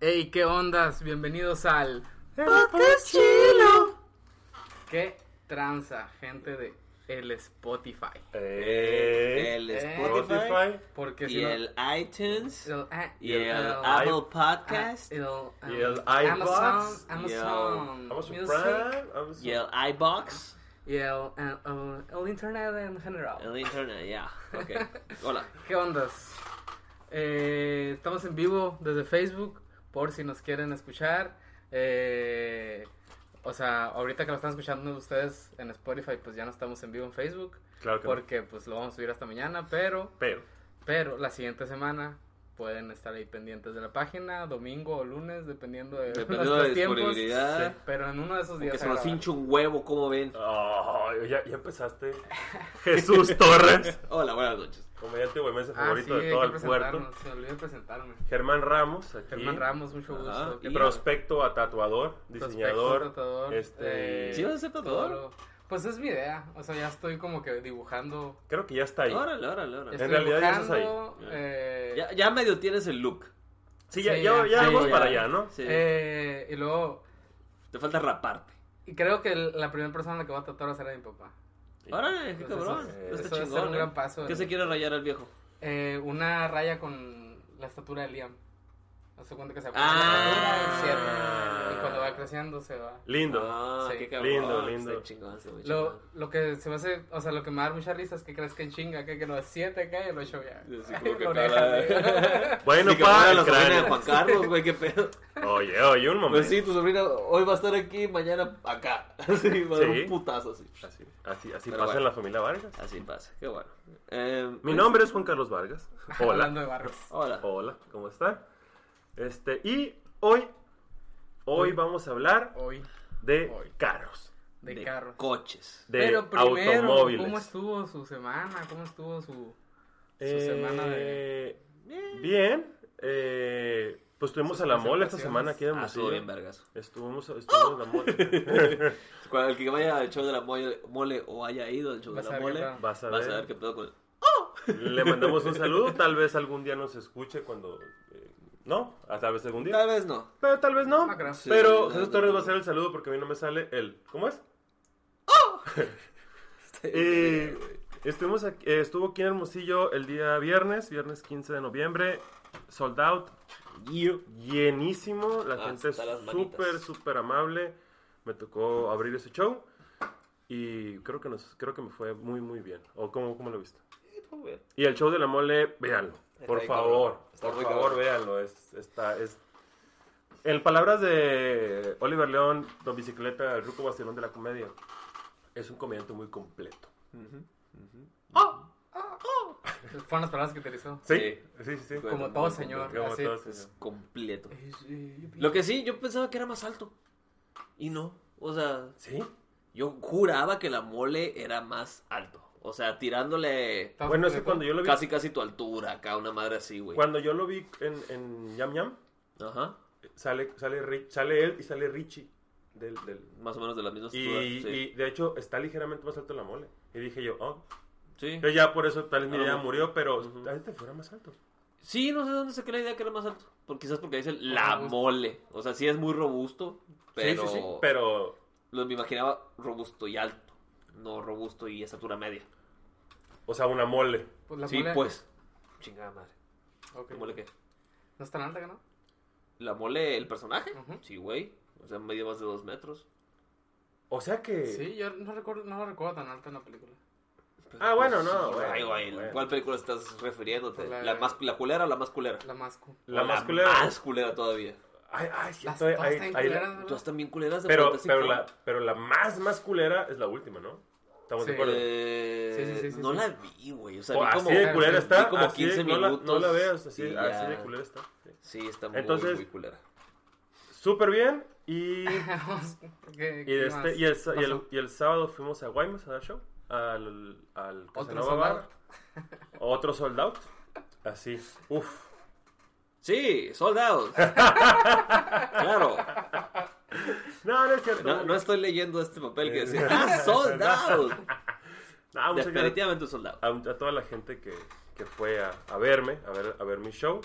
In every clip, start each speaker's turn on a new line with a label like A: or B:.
A: Hey, ¿qué ondas? Bienvenidos al ¿Qué tranza, gente de el Spotify?
B: El Spotify.
A: Porque
B: Y
A: si no-
B: el iTunes.
A: Eh, el a-
B: Y el
A: el-
B: Apple Podcast.
A: el,
C: Y
A: um,
C: el
A: Amazon,
C: iBox.
A: Amazon,
C: Amazon
A: Music,
C: Prime. Amazon-
B: Y el iBox.
A: y el, el- el- el internet en general.
B: El internet, ya. Ok. Hola.
A: ¿Qué ondas? Eh, estamos en vivo desde Facebook, por si nos quieren escuchar. Eh, o sea, ahorita que lo están escuchando ustedes en Spotify, pues ya no estamos en vivo en Facebook.
C: Claro que no.
A: Porque pues lo vamos a subir hasta mañana, pero,
C: Pero,
A: pero la siguiente semana pueden estar ahí pendientes de la página, domingo o lunes, dependiendo de
B: Dependiendo
A: nuestros
B: de disponibilidad.
A: pero en uno de esos días.
B: Que se
A: se
B: nos
A: graba.
B: hincha un huevo, como ven?
C: ay, ya, ya empezaste. Jesús Torres,
B: Hola, buenas noches.
C: comediante güemense
A: Ah, sí,
C: favorito
A: hay
C: de todo
A: que
C: el
A: presentarnos,
C: puerto.
A: Se me olvidó presentarme.
C: Germán Ramos, aquí.
A: Germán Ramos, mucho gusto.
B: Ajá.
C: Y
A: Y-
C: prospecto a tatuador,
A: prospecto,
C: diseñador.
A: tatuador,
C: este,
A: eh,
B: ¿Sí vas a ser tatuador?
A: todólogo. Pues es mi idea, o sea, ya estoy como que dibujando.
C: Creo que ya está ahí.
B: Órale, órale,
A: ya
B: órale.
A: estoy
C: realidad ya estás ahí.
A: dibujando, eh,
B: Ya, ya medio tienes el look.
C: Sí, ya,
A: Sí,
C: ya,
A: ya.
C: ya
A: Sí,
C: vamos
B: ya.
C: para allá, ¿no?
B: Sí.
A: eh, y luego,
B: Te falta raparte.
A: y creo que el- la primera persona a la que va a tatuar será mi papá.
B: Órale, qué
A: Entonces,
B: cabrón.
A: eh,
B: Está
A: eso debe ser
B: chingón.
A: un
B: ¿eh?
A: gran paso,
B: ¿Qué
A: eh.
B: se quiere rayar al viejo?
A: Eh, una raya con la estatura de Liam. No sé cuánto que se aprieta
B: Ah.
A: la estatura, cierra, Y cuando va creciendo se va.
C: Lindo.
B: Ah,
A: Sí.
B: qué cabrón.
C: Lindo, lindo.
B: Está chingón, está muy
A: Lo,
B: chingón.
A: lo que se me hace, o sea, lo que me da mucha risa es que crees que en chinga, que, que no es 7 acá y el 8 ya.
B: Sí, sí, como que
A: La oreja, sí.
C: Bueno, pues,
B: Sí, que
C: para
B: fuera
C: el
B: la sobrina de
C: cráneo.
B: Juan Carlos, güey, qué pedo.
C: Oye, oye, un momento.
B: Pues sí, tu sobrina hoy va a estar aquí, mañana acá. Así, va a dar
C: Sí.
B: un putazo así.
C: Así, así, así
B: Pero
C: pasa en
B: bueno.
C: la familia Vargas.
B: Así pasa, qué bueno. Eh,
C: Mi nombre es Juan Carlos Vargas.
A: Pues Hablando
C: Hola.
A: de barros.
B: Hola.
C: Hola, ¿cómo está? Este, y hoy, hoy vamos a hablar
A: Hoy,
C: de
A: Hoy.
C: carros,
A: de, carro.
B: Coches.
C: de
A: Pero primero,
C: automóviles.
A: ¿cómo estuvo su semana? ¿Cómo estuvo su, su
C: Eh,
A: semana de.?
C: Bien, eh, pues estuvimos
A: Sus
C: a la mole esta
A: presentaciones.
C: semana aquí en
B: Ah, estuvo bien,
C: Hermosillo.
B: vergas.
C: Estuvimos, estuvimos en la mole.
B: Cuando el que vaya al show de la mole, mole o haya ido al show de
A: Vas a
B: la
A: ver
B: mole,
A: qué pedo.
C: Vas a ver.
B: qué pedo con.
C: Le mandamos un saludo, tal vez algún día nos escuche cuando... eh, no, ah, tal vez algún día.
B: Tal vez no.
C: Pero tal vez no.
A: No creo.
B: Sí,
C: Pero
B: no,
C: Jesús
B: no,
C: Torres
B: no.
C: va a hacer el saludo porque a mí no me sale el... ¿Cómo es? Eh, estuvimos aquí- eh, estuvo aquí en Hermosillo el día viernes, viernes 15 de noviembre, sold out, llenísimo, la
B: Hasta
C: gente es
B: Ah, las manitas.
C: súper, súper amable, me tocó abrir ese show y creo que nos, creo que me fue muy, muy bien, o cómo, cómo lo viste. Y el show de la mole, véanlo, por
B: bien
C: favor,
B: cabrón, está
C: por
B: muy
C: favor,
B: cabrón.
C: véanlo, es, está, es... En palabras de Oliver León, Don Bicicleta, el Ruco Bastilón de la Comedia, es un comediante muy completo.
A: Fueron las palabras que utilizó.
C: Sí, sí, sí. sí.
B: Bueno,
A: Como
B: muy
A: todo
B: bueno,
A: señor.
C: Como
A: así.
C: todo, sí,
B: Pues Es
C: sí.
B: completo.
A: Eh, sí, yo-
B: Lo que sí, yo pensaba que era más alto. Y no. O sea,
C: ¿Sí?
B: yo juraba que la mole era más alto. O sea, tirándole
A: Estaba
C: Bueno, es que
A: completo.
C: cuando yo lo vi,
B: casi casi tu altura acá, una madre así, güey.
C: cuando yo lo vi en, en Yam Yam,
B: Ajá.
C: sale, sale, Ri- sale él y sale Richie. Del, del-
B: Más o menos de la misma
C: y,
B: altura. sí.
C: y de hecho está ligeramente más alto la mole. Y dije yo, oh,
B: Sí.
C: yo ya por eso tal vez mi
B: Ah,
C: idea
B: bueno.
C: murió, pero
B: Ujú.
C: tal vez te fuera más alto.
B: Sí, no sé de dónde saqué la idea que era más alto. Porque quizás porque dice la
A: Robusto.
B: mole. O sea, sí es muy robusto, pero,
C: Ah, pues. Sí, sí, sí, pero
B: lo me imaginaba robusto y alto. No robusto y estatura media.
C: o sea, una mole.
A: Pues la
B: sí,
A: mole-
B: pues. Chingada madre.
A: Ok.
B: ¿La mole qué?
A: No es tan alta, ¿no?
B: ¿La mole el personaje?
A: Ujú.
B: Sí, güey. O sea, medio más de dos metros.
C: O sea que...
A: Sí, yo no recuerdo, no lo recuerdo tan alta en la película.
C: Ah, bueno, no,
B: Pues, Sí,
C: bueno,
B: ay, güey,
C: bueno.
B: ¿Cuál película estás refiriéndote?
A: La-
B: ¿La, más, ¿La culera o la más culera?
A: La masco.
C: La
B: O
C: más culera.
B: más culera todavía.
C: Ay, ay, sí,
A: Las
C: estoy-
A: todas
C: ahí-
A: están
C: ahí la-
A: culeras, ¿verdad?
B: Todas también culeras de
C: pero,
B: Fantastic
C: pero,
B: Four.
C: la, pero la más más culera es la última, ¿no? ¿Estamos de
A: Sí.
C: acuerdo?
B: Eh,
A: Sí, sí, sí, sí,
B: no
A: sí.
B: la vi, güey. O sea,
C: O
B: vi como,
C: así de culera
B: vi
C: está,
B: como
C: así de-
B: 15
C: no la-
B: minutos.
C: No la, veas, así,
B: y
C: así
B: ya.
C: de culera está. sí.
B: Sí, está muy,
C: Entonces-
B: muy culera.
C: súper bien. Y,
A: ¿Qué-
C: y,
A: qué
C: este-
A: más
C: y el, sa- y el-
A: pasó?
C: y el sábado fuimos a Guaymas a dar show. Al, al Casanova
A: sold
C: Bar.
A: out.
C: Otro sold out. Así. Uf.
B: Sí, soldados. claro.
C: No, no es cierto.
B: No, no estoy leyendo este papel que dice. ¡Ah, soldados!
C: No, muchas gracias.
B: Definitivamente un soldado.
C: a, a toda la gente que, que fue a, a verme, a ver, a ver mi show.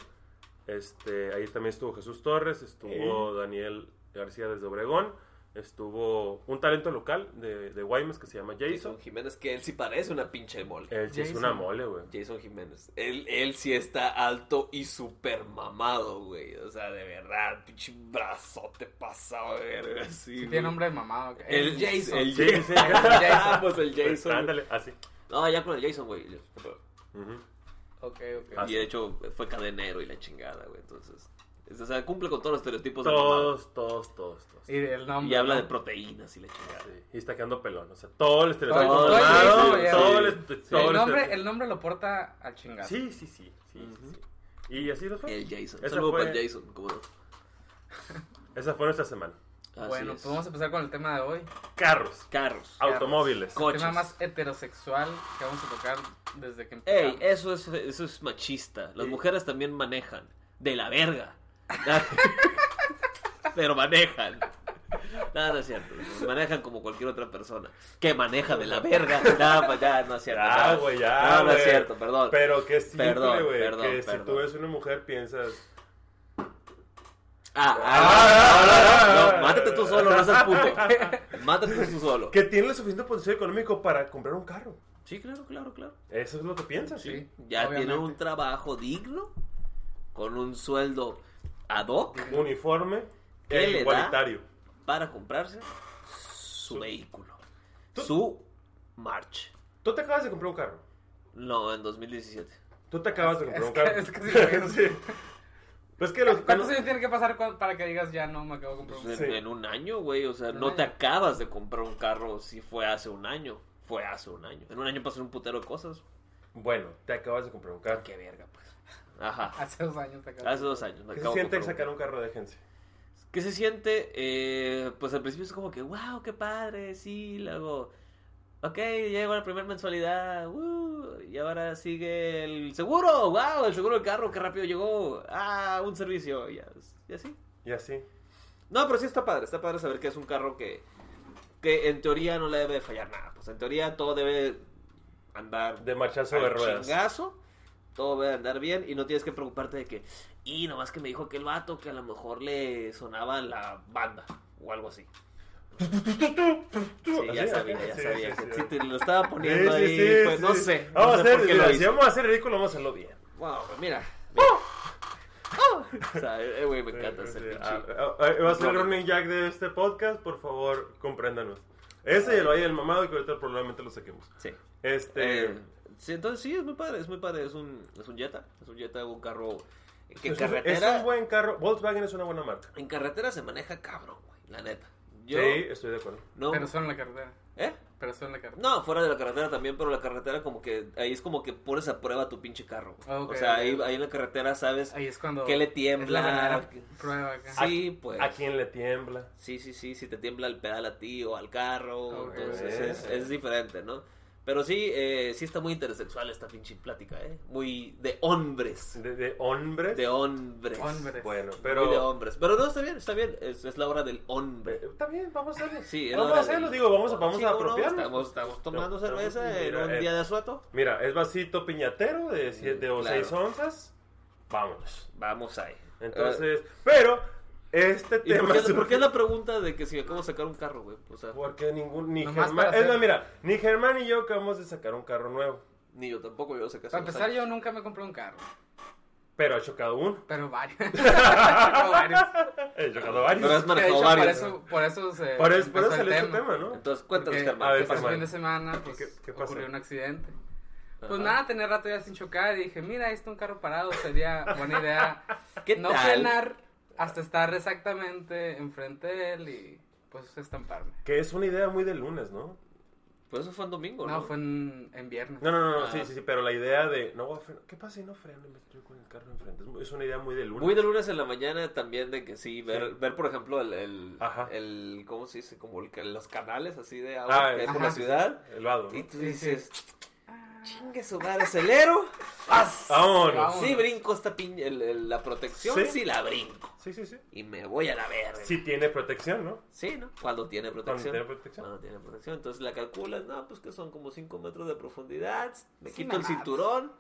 C: Este, ahí también estuvo Jesús Torres, estuvo Daniel García desde Obregón, estuvo un talento local de, de Guaymas que se llama Jason.
B: Jason Jiménez, que él sí parece una pinche mole.
C: Él sí es
A: Jason.
C: una mole, güey.
B: Jason Jiménez. Él, él sí está alto y super mamado, güey. O sea, de verdad, pinche brazote pasado, de verga, así, güey.
A: Tiene nombre de mamado.
B: El Jason. El
C: Sí,
B: Jason.
C: sí.
B: Ah, pues el
C: Pues,
B: Jason.
C: ándale, así.
B: No, Ah, ya con el Jason, güey.
C: Ujú.
A: Ok, ok.
C: Ah,
B: Y de hecho fue cadenero y la chingada, güey. Entonces, es- o sea, cumple con todos los estereotipos de mamado.
C: Todos, todos, todos, todos.
A: Y el nombre.
B: Y habla
A: ¿no?
B: de proteínas y la chingada.
C: Sí, Y está quedando pelón, o sea, todo el
A: Todo,
C: estereotipo.
B: todo,
C: mamado,
B: todo, sí,
C: todo
B: sí.
C: el
B: Sí,
C: este-
B: el
C: todo
A: el, nombre,
C: estereotipo.
A: el nombre lo porta al chingazo.
C: Sí, sí, sí. sí, sí, sí. Y así nos fue.
B: El Jason.
C: Esa
B: Saludos
C: fue-
B: para el Jason. ¿cómo no?
C: Esa fue nuestra semana.
B: Así
A: bueno,
B: es.
A: pues vamos a empezar con el tema de hoy.
C: Carros,
B: Carros.
C: Ah, automóviles.
B: Coches.
A: El tema más heterosexual que vamos a tocar desde que empezamos.
B: Ey, eso es, eso es machista. Las
C: ah. Sí.
B: mujeres también manejan. De la verga. Pero manejan. Nada, no es cierto. Manejan como cualquier otra persona. Que maneja de la verga. Nada, pues ya, no es cierto.
C: Ya,
B: No,
C: Ah, güey, ya.
B: No, no es
C: güey.
B: cierto, perdón.
C: Pero que simple,
B: Perdón,
C: güey.
B: perdón,
C: que si
B: perdón.
C: tú ves una mujer piensas.
B: Ah, ah, no,
C: ah,
B: no,
C: ah,
B: no,
C: ah,
B: mátate tú solo, no seas puto. Mátate tú solo.
C: Que tiene el suficiente potencial económico para comprar un carro.
B: Sí, claro, claro, claro.
C: Eso es lo que piensas, sí.
B: Ya tiene un
A: obviamente.
B: trabajo digno, con un sueldo ad hoc,
C: Uniforme
B: ¿Qué
C: e
B: le da?
C: igualitario.
B: para comprarse su vehículo. Su March.
C: Tú te acabas de comprar un carro.
B: No, en 2017.
C: Tú te acabas de
A: Es que-
C: comprar un
A: es que
C: carro.
A: sí, güey.
C: Sí. Pues que los.
A: ¿Cuántos años tiene que pasar cu- para que digas ya no me acabo de comprar un
B: Pues
C: Sí.
B: en, en un año, güey. O sea,
A: En un
B: no te
A: año.
B: acabas de comprar un carro si fue hace un año. Fue hace un año. En un año pasan un putero de cosas.
C: Bueno, te acabas de comprar un carro.
B: Qué verga, pues. Ajá.
A: Hace dos años te acabo.
B: Hace dos años. me
C: ¿Qué se
B: acabo de
C: siente
B: comprar
C: sacar un carro de agencia?
B: ¿Qué se siente? Eh, pues al principio es como que, wow, qué padre, sí, luego, ok, llegó la primera mensualidad, ¡uh! y ahora sigue el seguro, wow, el seguro del carro, qué rápido llegó, ah, un servicio, y, as- y así.
C: Y así.
B: No, pero sí está padre, está padre saber que es un carro que, que en teoría no le debe de fallar nada, pues en teoría todo debe andar
C: De marchazo de
B: al
C: ruedas.
B: chingazo, todo va a andar bien y no tienes que preocuparte de que, y nomás que me dijo aquel vato que a lo mejor le sonaba la banda o algo así. Sí, ya
C: Así,
B: sabía, ya
C: sí,
B: sabía.
C: sí,
B: que
C: sí.
B: si te lo estaba
C: Sí,
B: poniendo
C: sí,
B: ahí,
C: sí,
B: pues
C: sí.
B: no sé. no
C: Vamos
B: sé
C: a hacer,
B: por qué lo
C: si
B: hice.
C: vamos a hacer ridículo, vamos a hacerlo bien.
B: Wow, mira. O sea, eh, güey, me encanta
C: ¡Uh! Sí,
B: ese
C: sí,
B: pinche.
C: ah, ah, ah, Va a ser el running jack de este podcast, por favor, compréndanos. Ese y el Valle del Mamado, que ahorita probablemente lo saquemos.
B: Sí.
C: Este.
B: Eh, sí, entonces sí, es muy padre, es muy padre, es un, es un Jetta, es un Jetta, un carro en que
C: es, un- es
B: carretera,
C: un buen carro. Volkswagen es una buena marca.
B: en carretera se maneja cabrón, güey, la neta. Yo,
C: Sí, estoy de acuerdo.
B: no,
A: Pero solo en la carretera.
B: ¿eh?
A: Pero solo en la carretera.
B: No, fuera de la carretera también, pero la carretera como que, ahí es como que pones a prueba tu pinche carro, güey.
A: Ah, ok,
B: o sea,
A: ok.
B: ahí, ahí en la carretera sabes
A: Ahí es cuando.
B: que le
A: Es la
B: tiembla,
A: verdadera prueba acá.
B: sí, pues,
C: ¿A quién le tiembla?
B: sí, sí, sí, si te tiembla el pedal a ti o al carro,
A: Ok.
B: entonces es, es diferente, ¿no? Pero sí, eh, sí está muy intersexual esta pinche plática, ¿eh? Muy de hombres.
C: ¿De, de hombres?
B: De hombres.
A: Hombres.
B: Pues,
C: Bueno,
B: Pero... de
C: pero.
B: hombres. Pero no, está bien, está bien. Es, es la hora del hombre.
C: eh, Está bien, vamos a hacerlo.
B: Sí, es la
C: vamos
B: hora
C: a hacerlo,
B: del-
C: digo, vamos a, vamos
B: Sí,
C: a
B: ¿cómo no?
C: apropiarnos.
B: Estamos, estamos tomando
C: Estamos-
B: cerveza en
C: mira,
B: un
C: eh,
B: día de asueto.
C: Mira, es vasito piñatero de 7 o
B: claro.
C: 6 onzas. Vámonos.
B: Vamos ahí.
C: Entonces, pero este
B: Eh, ¿Y por
C: tema
B: qué,
C: surgió-
B: por qué la pregunta de que si acabo de sacar un carro, güey? O sea,
C: porque ningún ni
A: Nomás
C: Germán,
A: para
C: es más
A: hacer-
C: mira, ni Germán ni yo acabamos de sacar un carro nuevo,
B: ni yo tampoco, yo lo saqué hace
A: Para
B: unos
A: empezar,
B: años.
A: yo nunca me compré un carro.
C: pero he chocado uno,
A: Pero varios. Pero varios.
C: he chocado
B: Pero has
C: varios.
A: De
B: manejado
A: hecho, por
B: varios.
A: eso, por eso se.
C: Por eso, por
A: empezó
C: eso salió este tema, ¿no?
B: Entonces, cuéntanos,
A: Porque
B: Germán.
C: a ver,
B: ¿qué
A: este
B: pasó?
C: Germán.
A: fin de semana pues,
C: ¿Qué- qué pasó?
A: ocurrió un accidente. Pues
B: Ajá.
A: nada, tenía rato ya sin chocar y dije, mira, ahí está un carro parado, sería buena idea
B: ¿Qué
A: no
B: tal?
A: frenar hasta estar exactamente enfrente de él y pues estamparme.
C: que es una idea muy de lunes, ¿no?
B: Pero eso fue en domingo, ¿no?
A: No, fue en, en viernes.
C: No, no, no, no,
B: Ah.
C: sí, sí, sí, pero la idea de no voy a frenar. ¿Qué pasa si no freno y me estoy con el carro enfrente? Es muy- Es una idea muy de lunes.
B: Muy de lunes en la mañana también de que sí, ver,
C: Sí.
B: ver por ejemplo el, el,
C: Ajá.
B: el- ¿cómo se dice? Como el ca- los canales así de agua
C: Ah,
B: que hay
C: ajá,
B: por la
C: sí, sí,
B: ciudad.
C: El vado. ¿no?
B: Y tú dices, chingue su madre, acelero. ¡Paz!
C: Vámonos.
B: Sí, brinco esta piña, el- el- la protección, sí.
C: Sí.
B: la brinco.
C: Sí, sí, sí.
B: Y me voy a la verga.
C: Sí tiene protección, ¿no?
B: Sí, ¿no? Cuando tiene
C: Cuando
B: protección.
C: tiene protección.
B: Cuando tiene protección. Entonces la calculas, no, pues que son como 5 metros de profundidad. Me
A: Sí,
B: quito el
A: mamadas.
B: cinturón.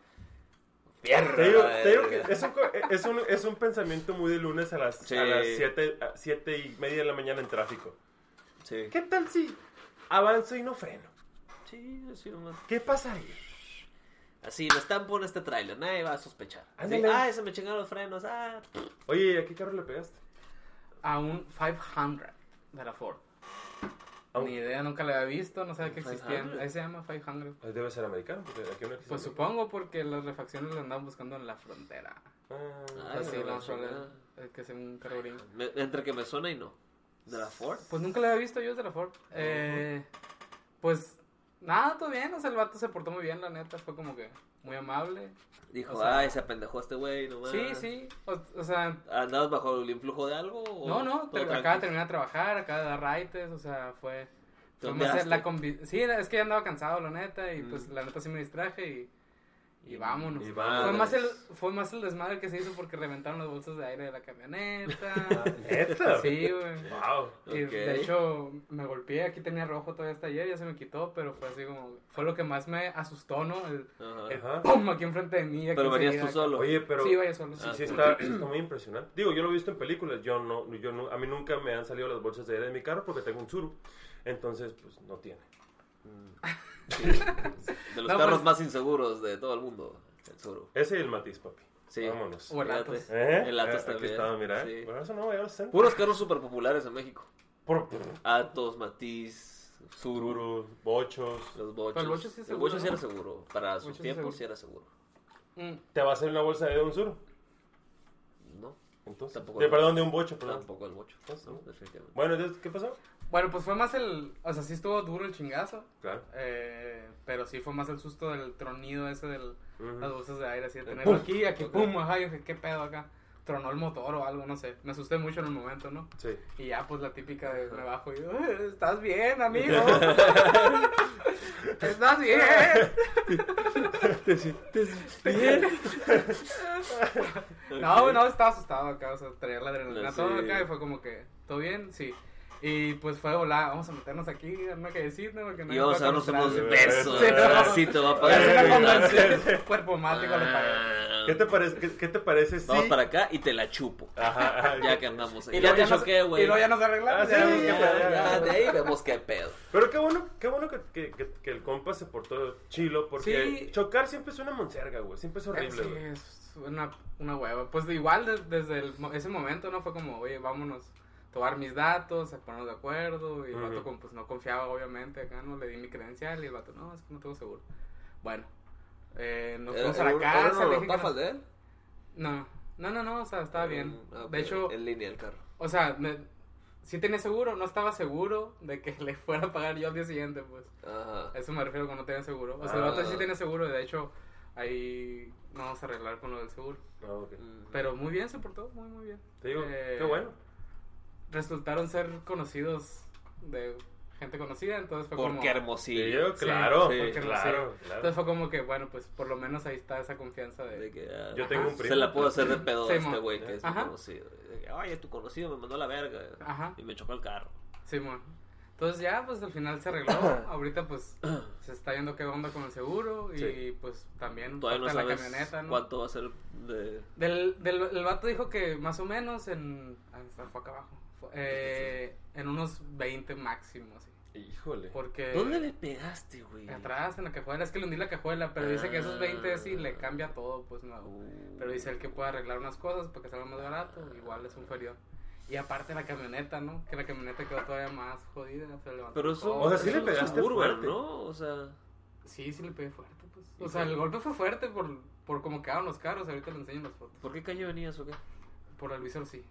B: Fierro.
C: Te digo,
B: la
C: te digo
B: verga.
C: que es un, co- es, un, es un pensamiento muy de lunes a las
B: Sí.
C: 7 siete y media de la mañana en tráfico.
B: Sí.
C: ¿Qué tal si avanzo y no freno?
B: Sí, así nomás.
C: ¿Qué pasaría?
B: Así, me estampo en este tráiler, nadie va a sospechar. Así,
C: Ándale.
B: ah, se me chingaron los frenos, ah.
C: Oye, ¿a qué carro le pegaste?
A: A un 500 de la Ford.
C: A un-
A: Ni idea, nunca la había visto, no sabía que
B: 500.
A: existían. Ahí se llama 500.
C: Ay, Pues Debe ser americano, porque aquí no existe.
A: Pues supongo porque las refacciones las andaban buscando en la frontera.
C: Ah,
B: Ah,
A: Así
B: no,
A: lo más
B: no,
A: probable
B: no.
A: es que sea un carro gringo.
B: Me- entre que me suena y no. ¿De la Ford?
A: Pues nunca la había visto yo, es de la Ford. Eh, pues nada, todo bien. O sea, el vato se portó muy bien, la neta. Fue como que muy amable.
B: Dijo,
A: O sea-
B: ay, se apendejó este güey, nomás.
A: Sí, sí. O, o sea,
B: ¿Andabas bajo el influjo de algo? o
A: no, no.
B: todo
A: te-
B: tranqui?
A: acaba de terminar de trabajar, acaba de dar raites. O sea, fue.
B: ¿Te
A: fue más la
B: ondeaste?
A: combi- sí, es que ya andaba cansado, la neta. Y
B: Mm.
A: pues la neta sí me distraje y. Y vámonos.
C: y
A: fue,
C: vámonos.
A: más el, fue más el desmadre que se hizo porque reventaron los bolsos de aire de la camioneta.
C: ¿Neta?
A: sí, güey. Y
C: Wow.
B: Ah. Ok.
A: de hecho me golpeé, aquí tenía rojo todavía hasta ayer, ya se me quitó, pero fue así como, fue lo que más me asustó, ¿no? El,
B: Ajá.
A: el
C: Ajá.
A: pum aquí enfrente de mí. aquí
B: Pero venías tú
A: enseguida.
B: solo.
C: Oye, pero.
A: Sí, vaya solo.
C: Sí,
B: Ah,
C: sí
B: ok.
C: está, está muy impresionante. Digo, yo lo he visto en películas. Yo no, yo no, a mí nunca me han salido las bolsas de aire de mi carro porque tengo un suru. Entonces, pues no tiene.
B: Sí. De los
A: No,
B: carros
A: pues-
B: más inseguros de todo el mundo. El Zuru.
C: Ese y el matiz, papi.
B: Sí.
C: Vámonos.
A: O el
B: Fíjate.
A: Atos.
C: ¿Eh?
B: El Atos
C: Eh, Aquí
B: también.
C: estaba, mira.
B: Sí.
C: eh. Bueno, eso no voy a los centros.
B: Puros carros súper populares en México.
C: Por
B: Atos, Matiz, Zuru.
C: surus, bochos.
B: Los bochos.
A: Pero el bocho sí es
B: El
A: seguro,
B: bocho sí
A: ¿no?
B: era seguro. Para sus
A: Bocho sí es
B: tiempos
A: seguro.
B: sí era seguro.
A: Mm,
C: ¿Te va a salir una bolsa de aire de un suru?
B: No,
C: Entonces.
B: Tampoco
C: de,
B: no.
C: perdón, de un bocho, perdón.
B: tampoco el bocho.
C: Pues,
B: No, definitivamente.
C: Bueno, entonces, ¿qué pasó?
A: Bueno, pues fue más el, o sea, sí estuvo duro el chingazo,
C: Claro.
A: eh, pero sí fue más el susto del tronido ese de
C: Ujú.
A: las bolsas de aire, así de tenerlo aquí, aquí, pum, ajá, yo dije, qué pedo acá. Tronó el motor o algo, no sé. Me asusté mucho en el momento, ¿no?
C: Sí.
A: Y ya, pues la típica de me bajo y yo, ¿estás bien, amigo? ¿Estás bien? No, no, estaba asustado acá, o sea, traía la adrenalina
B: Sí.
A: todo acá y fue como que, ¿todo bien? Sí. Y pues fue hola, vamos a meternos aquí en una callecita porque no
B: Y vamos a darnos unos besos.
A: Sí, no.
B: Así te va a
A: Para hacer una
B: pagar.
A: conversión, cuerpo mate con la pared.
B: Ah.
C: ¿Qué te parece? ¿Qué, qué te parece si...
B: Vamos para acá y te la chupo.
C: Ajá, ajá.
B: Ya que andamos ahí.
A: Y
B: Ya
A: luego
B: te
A: ya nos-
B: choqué, güey.
A: Y luego ya nos arreglamos.
C: Ah,
A: ya
C: sí,
A: vemos qué
B: Ya,
A: pedo.
B: ya, de ahí vemos qué pedo.
C: Pero qué bueno, qué bueno que, que- que- que el compa se portó chilo, porque
A: Sí.
C: chocar siempre es una monserga, güey. Siempre es
A: Eh,
C: horrible,
A: sí,
C: güey.
A: es una, una hueva. Pues de igual de- desde el mo- ese momento, ¿no? Fue como, oye, vámonos a tomar mis datos, a ponernos de acuerdo. Y el vato
C: Ujú.
A: como, pues no confiaba, obviamente, acá, ¿no? Le di mi credencial y el vato, no, es que no tengo seguro. Bueno, eh, nos fuimos a la
B: ¿Era
A: casa.
B: una
A: le dije que
B: rotafa
A: nos-
B: de él?
A: No, no, no, no, o sea, estaba bien.
B: Ah, ok,
A: De hecho,
B: En línea el carro.
A: o sea, me, sí tenía seguro, no estaba seguro de que le fuera a pagar yo al día siguiente, pues.
B: Ajá.
A: A Eso me refiero cuando tenía seguro. O sea, el
B: Ah.
A: vato sí tenía seguro, de hecho, ahí no vamos a arreglar con lo del seguro.
C: No, ok.
B: Mm.
A: Pero muy bien se portó, muy, muy bien.
C: Te digo,
A: Eh,
C: qué bueno.
A: Resultaron ser conocidos de gente conocida, entonces fue como...
B: Porque
C: Te
B: hermosillo.
C: digo,
A: sí,
C: claro,
B: sí,
C: porque claro,
A: Entonces
C: claro.
A: fue como que, bueno, pues por lo menos ahí está esa confianza de...
B: De que, ah,
C: Yo tengo un primo.
B: Se la puedo hacer de pedo a
A: Sí,
B: este
A: mo.
B: güey que es mi
A: Ajá.
B: conocido. De que, Oye, tu conocido me mandó a la verga.
A: Ajá.
B: Y me chocó el carro.
A: Simón. Entonces ya, pues al final se arregló. Ahorita pues se está viendo qué onda con el seguro y
C: Sí.
A: pues también
B: Todavía no
A: falta la
B: sabes
A: camioneta, ¿no?
B: cuánto va a ser de...
A: Del, del, el vato dijo que más o menos en... ah, está- fue acá abajo. Fue- eh, en unos 20 máximo, así.
C: Híjole.
A: Porque...
B: ¿Dónde le pegaste, güey?
A: Eh, Atrás, en la cajuela, es que le hundí la cajuela, pero dice que esos 20 sí le cambia todo, pues no.
B: Uh,
A: Pero dice él que puede arreglar unas cosas para que salga más barato, igual es un ferión. Y aparte la camioneta, ¿no? Que la camioneta quedó todavía más jodida, se levantó.
B: Pero
A: el
B: eso...
A: codo.
C: O sea, sí
B: eso
C: le
B: es
C: pegaste
B: suburban,
C: fuerte.
B: ¿no? O sea...
A: Sí, sí le pegué fuerte, pues. O sea, el golpe fue fuerte por, por cómo quedaron los carros, ahorita le enseño las fotos.
B: ¿Por qué calle venías o qué?
A: Por el visor sí.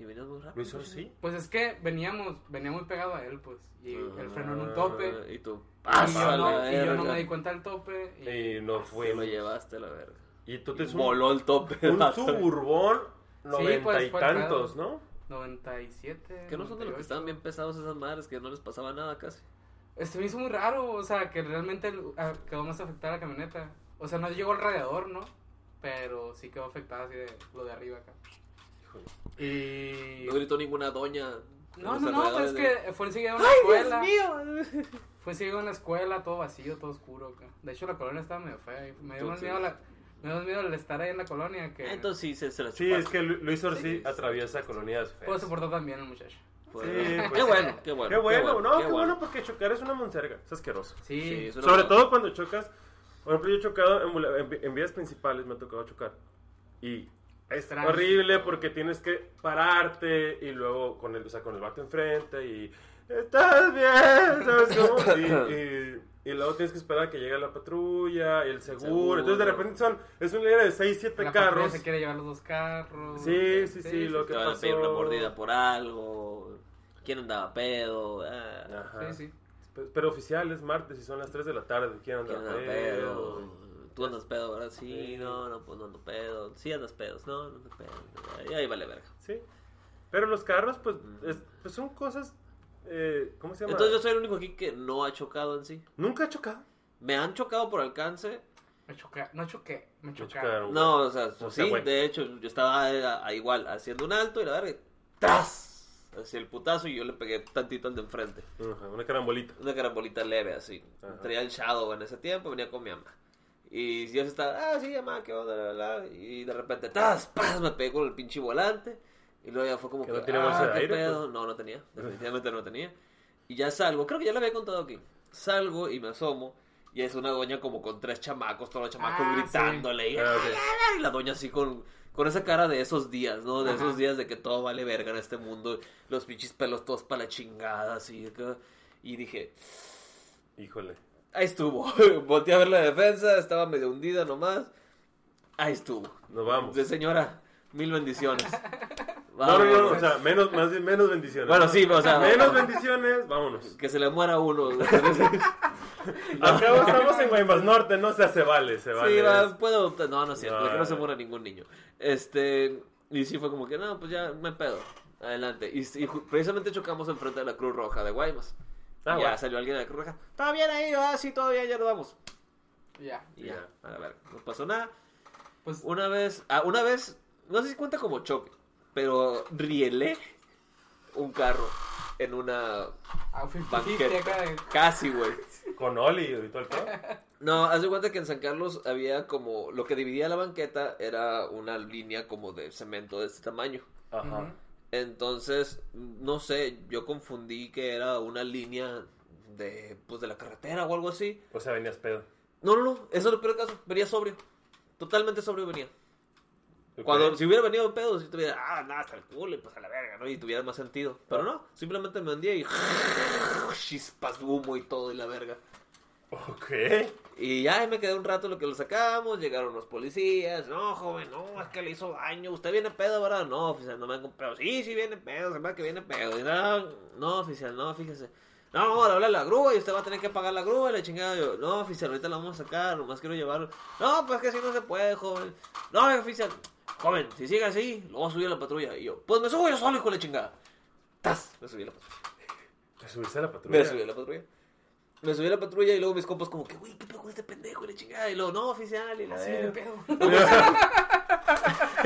B: Y venías muy rápido.
C: Luis Suárez sí.
A: Pues es que veníamos, venía muy pegado a él, pues. Y el freno en un
C: Ah,
A: tope.
B: Y tú,
A: y,
B: pasa
A: yo no,
B: la
A: y yo no
B: verga.
A: me di cuenta del tope. Y,
C: Y no fue.
B: Te lo llevaste a la verga.
C: Y tú te un,
B: Voló el tope.
C: un
B: vato.
C: suburbón noventa
A: pues,
C: y
A: fue el
C: tantos,
A: pedo.
C: ¿no?
A: 97.
B: Que no son de los
A: 98.
B: que estaban bien pesados esas madres, que no les pasaba nada casi.
A: Este me hizo muy raro, o sea, que realmente el- ah, quedó más afectada la camioneta. O sea, no llegó el radiador, ¿no? Pero sí quedó afectada así de lo de arriba acá. Y.
B: No gritó ninguna doña.
A: No, no,
B: en los
A: no, pues
B: alrededores
A: es
B: de-
A: que fue enseguida a una escuela. Fue enseguida a una escuela, todo vacío, todo oscuro. acá. De hecho, la colonia estaba medio fea. y Me dio más
B: Entonces- Ah,
A: miedo, la, me dio más miedo el estar ahí en la colonia que.
B: Eh, Entonces sí, se, se las
C: Sí, es que Lu- Luis
B: Sí,
C: Orsi
B: sí.
C: atraviesa colonias
A: Pues
C: feas.
A: se portó también el muchacho.
B: Pues,
C: Sí, pues,
B: qué bueno, qué bueno.
C: Qué bueno, no,
B: qué
C: qué bueno porque chocar es una monserga, es asqueroso.
A: Sí.
B: Sí, es una
C: Sobre
B: mamada.
C: todo cuando chocas, por ejemplo, yo he chocado en, bula- en vi- en vías principales, me ha tocado chocar. Y es
A: Tránsito.
C: horrible porque tienes que pararte y luego con el, o sea, con el vato enfrente y... ¡Estás bien! ¿Sabes cómo? Y, y- y luego tienes que esperar a que llegue la patrulla y el seguro.
B: Seguro.
C: Entonces de repente son... Es un líder de 6, 7
A: La patrulla
C: este carros.
A: se quiere llevar los dos carros. Este,
C: Sí, sí, sí, lo
B: Te
C: que
B: van a pedir
C: pasó.
B: una mordida por algo. ¿Quién andaba pedo? Ah,
C: Ajá.
A: Sí, sí.
C: Pe- Pero oficial es martes y son las 3 de la tarde. ¿Quién anda
B: ¿Quién andaba
C: pedo?
B: pedo? Tú andas pedo, ¿verdad? Sí,
C: Sí.
B: no, no, pues no ando pedo. Sí andas pedos, no, no ando pedo. Y ahí vale verga.
C: Sí. Pero los carros, pues, es- pues son cosas... eh, ¿Cómo se llama?
B: Entonces yo soy el único aquí que no ha chocado en sí.
C: Nunca he chocado.
B: Me han chocado por alcance.
A: Me choqué. No choqué. Me
C: Me
A: chocaron.
C: chocaron.
B: No, o sea,
C: O
B: sí,
C: sea, güey.
B: de hecho, yo estaba eh, a- a igual haciendo un alto y la verga, y ¡tras! Hacia el putazo y yo le pegué tantito al de enfrente.
C: Ajá, una carambolita.
B: Una carambolita leve así.
C: Ajá.
B: Traía el Shadow en ese tiempo, venía con mi mamá. Y yo estaba, ah, sí, mamá, qué onda, la, la, la. Y de repente, ¡tas! ¡Paz! Me pegué con el pinche volante. Y luego ya fue como
C: Que
B: que.
C: no tiene
B: ah,
C: bolsa de
B: qué
C: aire, pues?
B: pedo. No, no tenía. Definitivamente no tenía. Y ya salgo, creo que ya le había contado aquí. Salgo y me asomo. Y es una doña como con tres chamacos, todos los chamacos
A: Ah, sí.
B: gritándole. Y,
C: Ah, ok.
B: y la doña así con, con esa cara de esos días, ¿no? De esos
A: Ajá.
B: días de que todo vale verga en este mundo. Los pinches pelos todos para la chingada, así. acá. Y dije,
C: Híjole.
B: ahí estuvo. Volté a ver la defensa, estaba medio hundida nomás. Ahí estuvo.
C: Nos vamos.
B: De señora, mil bendiciones.
C: No, no, no,
B: Vámonos.
C: o sea, menos, más bien menos bendiciones.
B: Bueno, sí, o sea,
C: menos
B: vamos.
C: bendiciones, vámonos.
B: Que se le muera uno.
C: Al cabo estamos en Guaymas Norte, no se hace vale, se vale.
B: Sí, va, puedo adoptar. No, no es cierto,
C: No,
B: de que no se
C: no.
B: muera ningún niño. Este, y sí fue como que, no, pues ya me pedo. Adelante. Y, y ju- precisamente chocamos enfrente de la Cruz Roja de Guaymas.
C: Ah,
B: Y ya
C: bueno.
B: salió alguien de la Cruz Roja. ¿Está bien ahí? Ah, sí, todavía, ya lo vamos.
A: Ya.
B: Y
C: Ya.
B: ya, a la verga. No pasó nada.
A: Pues
B: Una vez, ah, una vez, no sé si cuenta como choque, pero rielé un carro en una Ah,
A: a 50 acá eh.
B: banqueta.
A: de.
B: Casi, güey.
C: Con Oli y todo el pedo.
B: No, haz de cuenta que en San Carlos había como. Lo que dividía la banqueta era una línea como de cemento de este tamaño.
C: Ajá.
B: Entonces, no sé, yo confundí que era una línea de. Pues de la carretera o algo así.
C: O sea, venías pedo.
B: No, no, no, eso es lo peor caso. Venía sobrio. Totalmente sobrio venía.
C: Ok.
B: Cuando si hubiera venido en pedo, si tuviera, ah, nada, hasta el culo y pues a la verga, ¿no? Y tuviera más sentido. Pero no, simplemente me hundía y chispas, humo y todo y la verga.
C: Ok.
B: Y ya ahí me quedé un rato en lo que lo sacamos, llegaron los policías, no, joven, no, es que le hizo daño, usted viene pedo, ¿verdad? No, oficial, no me han comprado, sí, sí viene pedo, se me hace que viene pedo, Y no, no, oficial, no, fíjese, no, vamos a hablar la grúa y usted va a tener que pagar la grúa y la chingada, yo, no, oficial, ahorita la vamos a sacar, nomás quiero llevarlo, no, pues que así no se puede, joven, no, oficial, joven, si sigue así, lo voy a subir a la patrulla, y yo, pues me subo yo solo, hijo de la chingada, ¡Tas! me subí a la patrulla.
C: Te subiste a la patrulla.
B: Me subí a la patrulla. Me subí a la patrulla y luego mis compas como que, güey, ¿qué pedo con este pendejo? Y la chingada. Y luego, no, oficial. Y la
A: Sí,
B: verga.
A: ni pedo.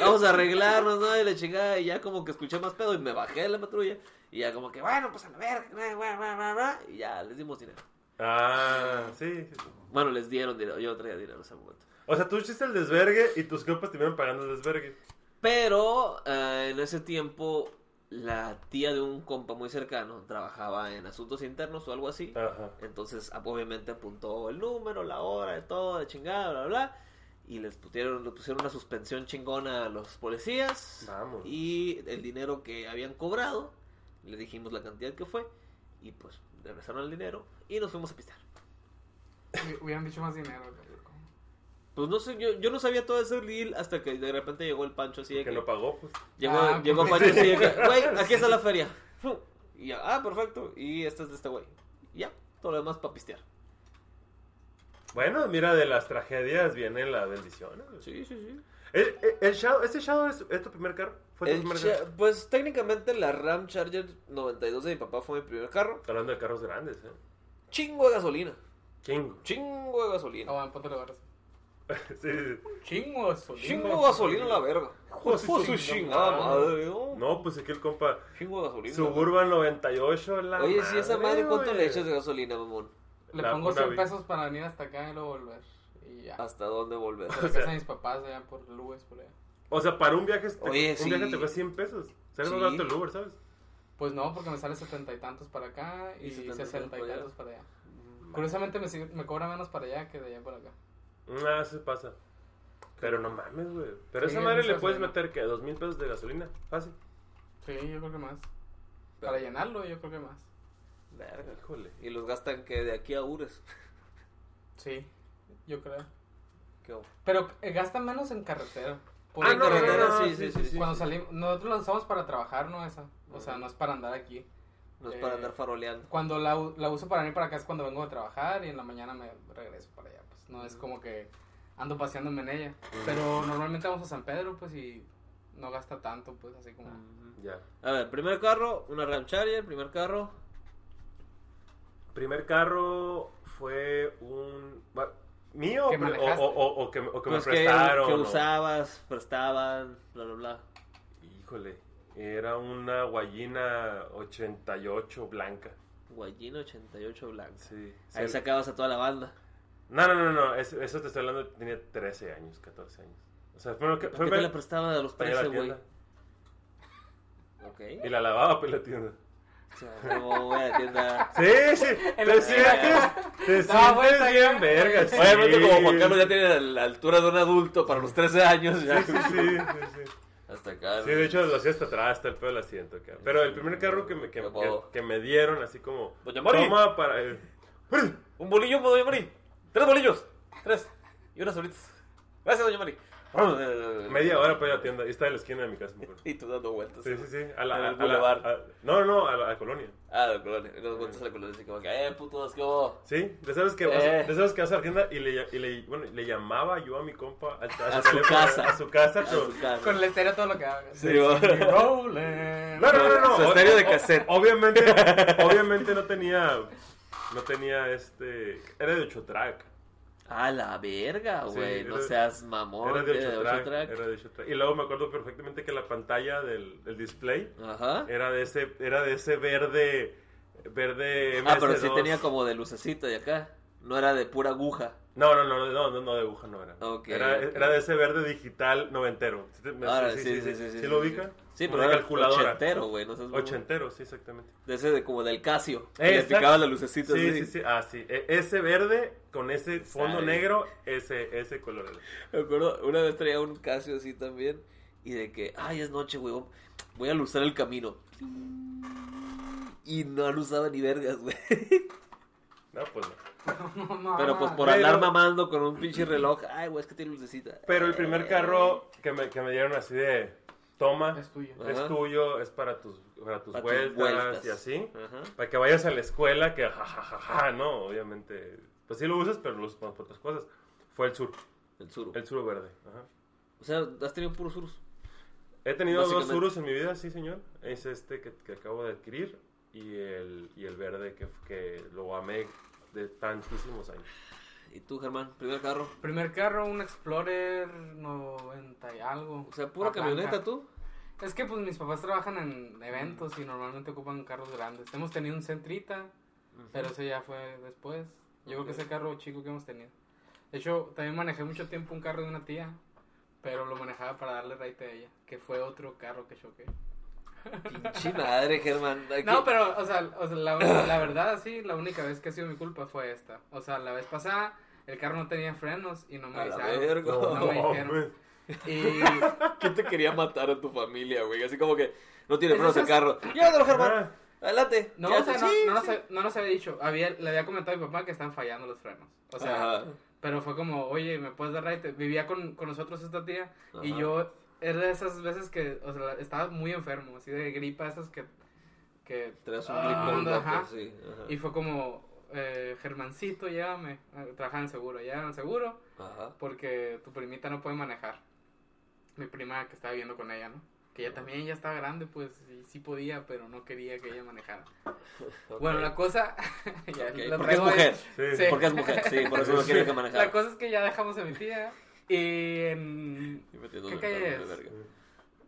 B: Vamos a arreglarnos, ¿no? Y la chingada. Y ya como que escuché más pedo y me bajé de la patrulla. Y ya como que, bueno, pues a la verga. bla, bla, bla, bla, bla. Y ya les dimos dinero.
C: Ah, sí. sí, sí.
B: Bueno, les dieron dinero. Yo traía dinero en ese momento.
C: O sea, tú hiciste el desvergue y tus compas te iban pagando el desvergue.
B: Pero eh, en ese tiempo, la tía de un compa muy cercano trabajaba en asuntos internos o algo así.
C: Ajá.
B: Entonces, ah, obviamente apuntó el número, la hora, de todo, de chingada, bla, bla, bla. Y les pusieron, le pusieron una suspensión chingona a los policías.
C: Vamos.
B: Y el dinero que habían cobrado, le dijimos la cantidad que fue. Y pues regresaron el dinero y nos fuimos a pisar.
A: Hubieran dicho más dinero. loco.
B: Pues no sé, yo, yo no sabía todo ese deal hasta que de repente llegó el Pancho así de
C: Que
B: que...
C: no pagó, pues.
B: Llegó,
A: Ah,
B: llegó
A: pues.
B: Pancho así de que, güey, aquí está la feria. Y yo, ah, perfecto. Y esta es de este güey. Y ya, todo lo demás para pistear.
C: Bueno, mira, de las tragedias viene la bendición. ¿eh?
B: Sí, sí, sí.
C: El, el- el Shadow, ¿Este Shadow es, es tu primer carro? ¿Fue tu
B: El
C: primer
B: cha-
C: carro?
B: pues técnicamente la Ram Charger 92 de mi papá fue mi primer carro.
C: Hablando de carros grandes, ¿eh?
B: Chingo de gasolina.
C: Chingo.
B: Chingo Oh, de gasolina.
A: No, en punto de barras.
C: Sí, sí, sí.
A: Chingo eso.
B: Chingo de gasolina a la verga.
C: Joder,
B: Fue su
C: sí,
B: chingada
C: no,
B: madre. No.
C: No, pues aquí el compa.
B: Chingo de gasolina.
C: Suburban 98, la
B: Oye, si esa madre, ¿cuánto
C: güey.
B: le echas de gasolina, mamón?
A: Le
C: La-
A: pongo
C: una
A: 100
C: vi-
A: pesos para venir hasta acá y luego volver. Y ya.
B: ¿Hasta dónde volver?
A: Se lo
C: sea-
A: casa a mis papás allá por Luis, por allá.
C: O sea, para un viaje, te-
B: Oye,
C: un
B: sí.
C: viaje te cuesta 100 pesos. Sale más
B: Sí.
C: barato el Uber, ¿sabes?
A: Pues no, porque me sale setenta y tantos para acá
B: Y
A: y
B: 70 y
A: sesenta y
B: para allá. Mm,
A: tantos para allá. Curiosamente me, sigue- me cobra menos para allá que de allá para acá.
C: Nada, se Ah, pasa. Pero no mames, güey. Pero a
A: Sí,
C: esa madre
A: no
C: le
A: seas
C: puedes
A: bueno.
C: meter, ¿qué? ¿Dos mil pesos de gasolina? Fácil.
A: Sí, yo creo que más. Para llenarlo, yo creo que más.
B: Verga.
C: Híjole.
B: Y los gastan que de aquí a Ures.
A: Sí, yo creo.
B: Qué bo-
A: Pero eh, gastan menos en carretera. Por
C: Ah,
A: ahí
C: no, no,
A: carretera,
C: no, no,
B: sí, sí, sí, sí.
A: Cuando salimos, nosotros lanzamos para trabajar, ¿no? Esa. O sea, no es para andar aquí.
B: No es para
A: Eh,
B: andar faroleando.
A: Cuando la, u- la uso para venir para acá es cuando vengo de trabajar y en la mañana me regreso para allá. Pues no es como que ando paseándome en ella. Pero normalmente vamos a San Pedro, pues y no gasta tanto, pues así como.
C: Ya.
B: A ver, primer carro, una Ram Charger, primer carro.
C: Primer carro fue un. va- ¿Mío?
A: ¿Que
C: o, pre-
A: manejaste?
C: o, o- o que, o que
B: Pues
C: me
B: que,
C: prestaron.
B: que
C: o-
B: usabas, prestaban, bla, bla, bla.
C: Híjole. Era una guayina 88 blanca.
B: Guayino 88 blanco.
C: Sí. sí.
B: Ahí sacabas a toda la banda.
C: No, no, no, no. es- eso te estoy hablando. Tenía 13 años, 14 años. O sea, fue lo que.
B: ¿Por
C: Fue
B: qué te la
C: fue-
B: prestaban a los
C: para ir a
B: 13,
C: la
B: güey?
C: tienda.
B: Ok.
C: Y la lavaba por la tienda.
B: O sea, luego voy a la tienda.
C: Sí, sí. Te sientes, te
A: Da vuelta
C: sientes bien,
A: ya.
C: verga. sí.
B: Obviamente, como Juan Carlos ya tiene la altura de un adulto para los 13 años, ya.
C: Sí, sí, sí, sí.
B: Hasta acá.
C: Sí, de hecho lo hacía hasta atrás, hasta el pedo del asiento. acá. Pero el primer carro que me, que,
B: Yo
C: que-
B: puedo.
C: que me dieron, así como.
B: Doña Mari.
C: Toma para. eh, el-
B: Un bolillo, doña Mari. Tres bolillos. Tres. Y unas solitas. Gracias, doña Mari.
C: Media hora para ir a la tienda. Y estaba en la esquina de mi casa, me acuerdo.
B: eh, Y tú dando vueltas.
C: Sí, sí, sí. A la.
B: En
C: a-
B: el
C: a la-
B: boulevard.
C: a- no, no, a la, a la colonia.
B: Ah, la colonia. Y nos vueltas a la colonia. Así como que, eh, putos, ¿qué hubo?
C: Sí, de sabes que vas,
B: Eh.
C: de sabes que vas a la tienda y le, y le, bueno, le llamaba yo a mi compa al-
B: A
C: al
B: su
C: teléfono,
B: casa.
C: A su casa,
B: A
C: pero.
B: su casa.
A: Con el estéreo todo lo que haga.
B: Sí, va.
A: Rolling.
C: No, no, no, no.
B: Su
C: o-
B: estéreo de
C: o-
B: cassette.
C: Obviamente, obviamente no tenía. No tenía este. Era de 8 track.
B: A la verga,
C: Sí,
B: güey. no
C: era-
B: seas mamón.
C: Era de 8
B: ocho
C: track,
B: track.
C: Era de 8 track. Y luego me acuerdo perfectamente que la pantalla del, del display
B: Ajá.
C: era de ese, era de ese verde. Verde
B: Ah, pero sí
C: MS2.
B: tenía como de lucecita de acá. No era de pura aguja.
C: No, no, no, no, no, no, de aguja no era.
B: Ok,
C: era,
B: ok.
C: era de ese verde digital noventero. ¿Sí, te- me-
B: Ahora,
C: sí, sí, sí,
B: sí,
C: ¿Sí lo ubica?
B: Sí,
C: Como
B: pero
C: de
B: era
C: calculadora.
B: ochentero, güey. No seas mamón.
C: Ochentero, sí, exactamente.
B: De ese de como del Casio. que le
C: Exacto.
B: picaba la lucecita.
C: Sí,
B: así.
C: sí, sí. Ah, sí. E- ese verde con ese fondo
B: Sabe.
C: negro, ese, ese color.
B: Me acuerdo, una vez traía un Casio así también. Y de que, ay, es noche, güey. Voy a luzar el camino. Y no aluzaba ni vergas, güey.
C: No, pues no.
B: Pero pues por
C: Pero-
B: andar mamando con un pinche reloj. Ay, güey, es que tiene lucecita. Eh,
C: Pero el primer carro que me, que me dieron así de toma,
A: Es tuyo.
B: Ajá.
C: es tuyo, es para tus, para tus,
B: Para tus
C: vueltas,
B: vueltas.
C: y así.
B: Ajá.
C: Para que vayas a la escuela, que jajajaja, no, obviamente. Pues sí lo usas, pero lo usas más para otras cosas. Fue el sur,
B: El suru.
C: el sur verde. Ajá.
B: O sea, has tenido puros surus.
C: He tenido dos
B: Básicamente.
C: suros en mi vida, sí, señor. Es este que, que acabo de adquirir y el, y el verde que, que lo amé de tantísimos años.
B: ¿Y tú, Germán? ¿Primer carro?
A: Primer carro, un Explorer 90 y algo.
B: O sea, pura
A: La blanca.
B: camioneta, tú.
A: Es que pues mis papás trabajan en eventos y normalmente ocupan carros grandes. Hemos tenido un Centrita, pero ese ya fue después. Yo creo que ese carro chico que hemos tenido. De hecho, también manejé mucho tiempo un carro de una tía, pero lo manejaba para darle raite a ella, que fue otro carro que choqué.
B: Pinche madre, Germán. Aquí-
A: No, pero, o sea, o sea, la, la verdad, sí, la única vez que ha sido mi culpa fue esta. O sea, la vez pasada, el carro no tenía frenos y no me
B: A la
A: avisaron.
B: verga.
A: No me
C: No,
A: dijeron.
C: hombre.
A: Y
B: ¿Quién te quería matar a tu familia, güey? Así como que no tiene
A: Es
B: frenos el
A: esas-
B: carro. Llévatelo,
C: Ah.
B: Germán. Adelante.
A: No,
B: Ya,
A: o sea, no,
B: sí,
A: no, nos,
B: sí.
A: ha- no nos había dicho, había, le había comentado a mi papá que están fallando los frenos. O sea,
B: Ajá.
A: Pero fue como, oye, ¿me puedes dar ride? Vivía con, con nosotros esta tía y
B: Ajá.
A: yo era de esas veces que, o sea, estaba muy enfermo, así de gripa, esas que... que
B: Tras un
A: Ah,
B: gripón,
A: anda,
B: doctor,
A: ajá.
B: sí. ajá.
A: y fue como, eh, Germancito, llévame, eh, trabajaba en seguro, llévame al seguro
B: Ajá.
A: porque tu primita no puede manejar. Mi prima que estaba viviendo con ella, ¿no? Que ella también ya estaba grande, pues y sí podía, pero no quería que ella manejara.
B: ok.
A: Bueno, la cosa... ya
B: Ok,
A: la
B: Porque es
A: traigo ahí.
B: mujer.
C: Sí.
A: Sí.
B: Porque es mujer, sí, por eso no quiere que manejara.
A: La cosa es que ya dejamos a mi tía y en...
B: Y metiendo
A: ¿Qué
B: la
A: calle
B: mano en
A: es?
B: la verga.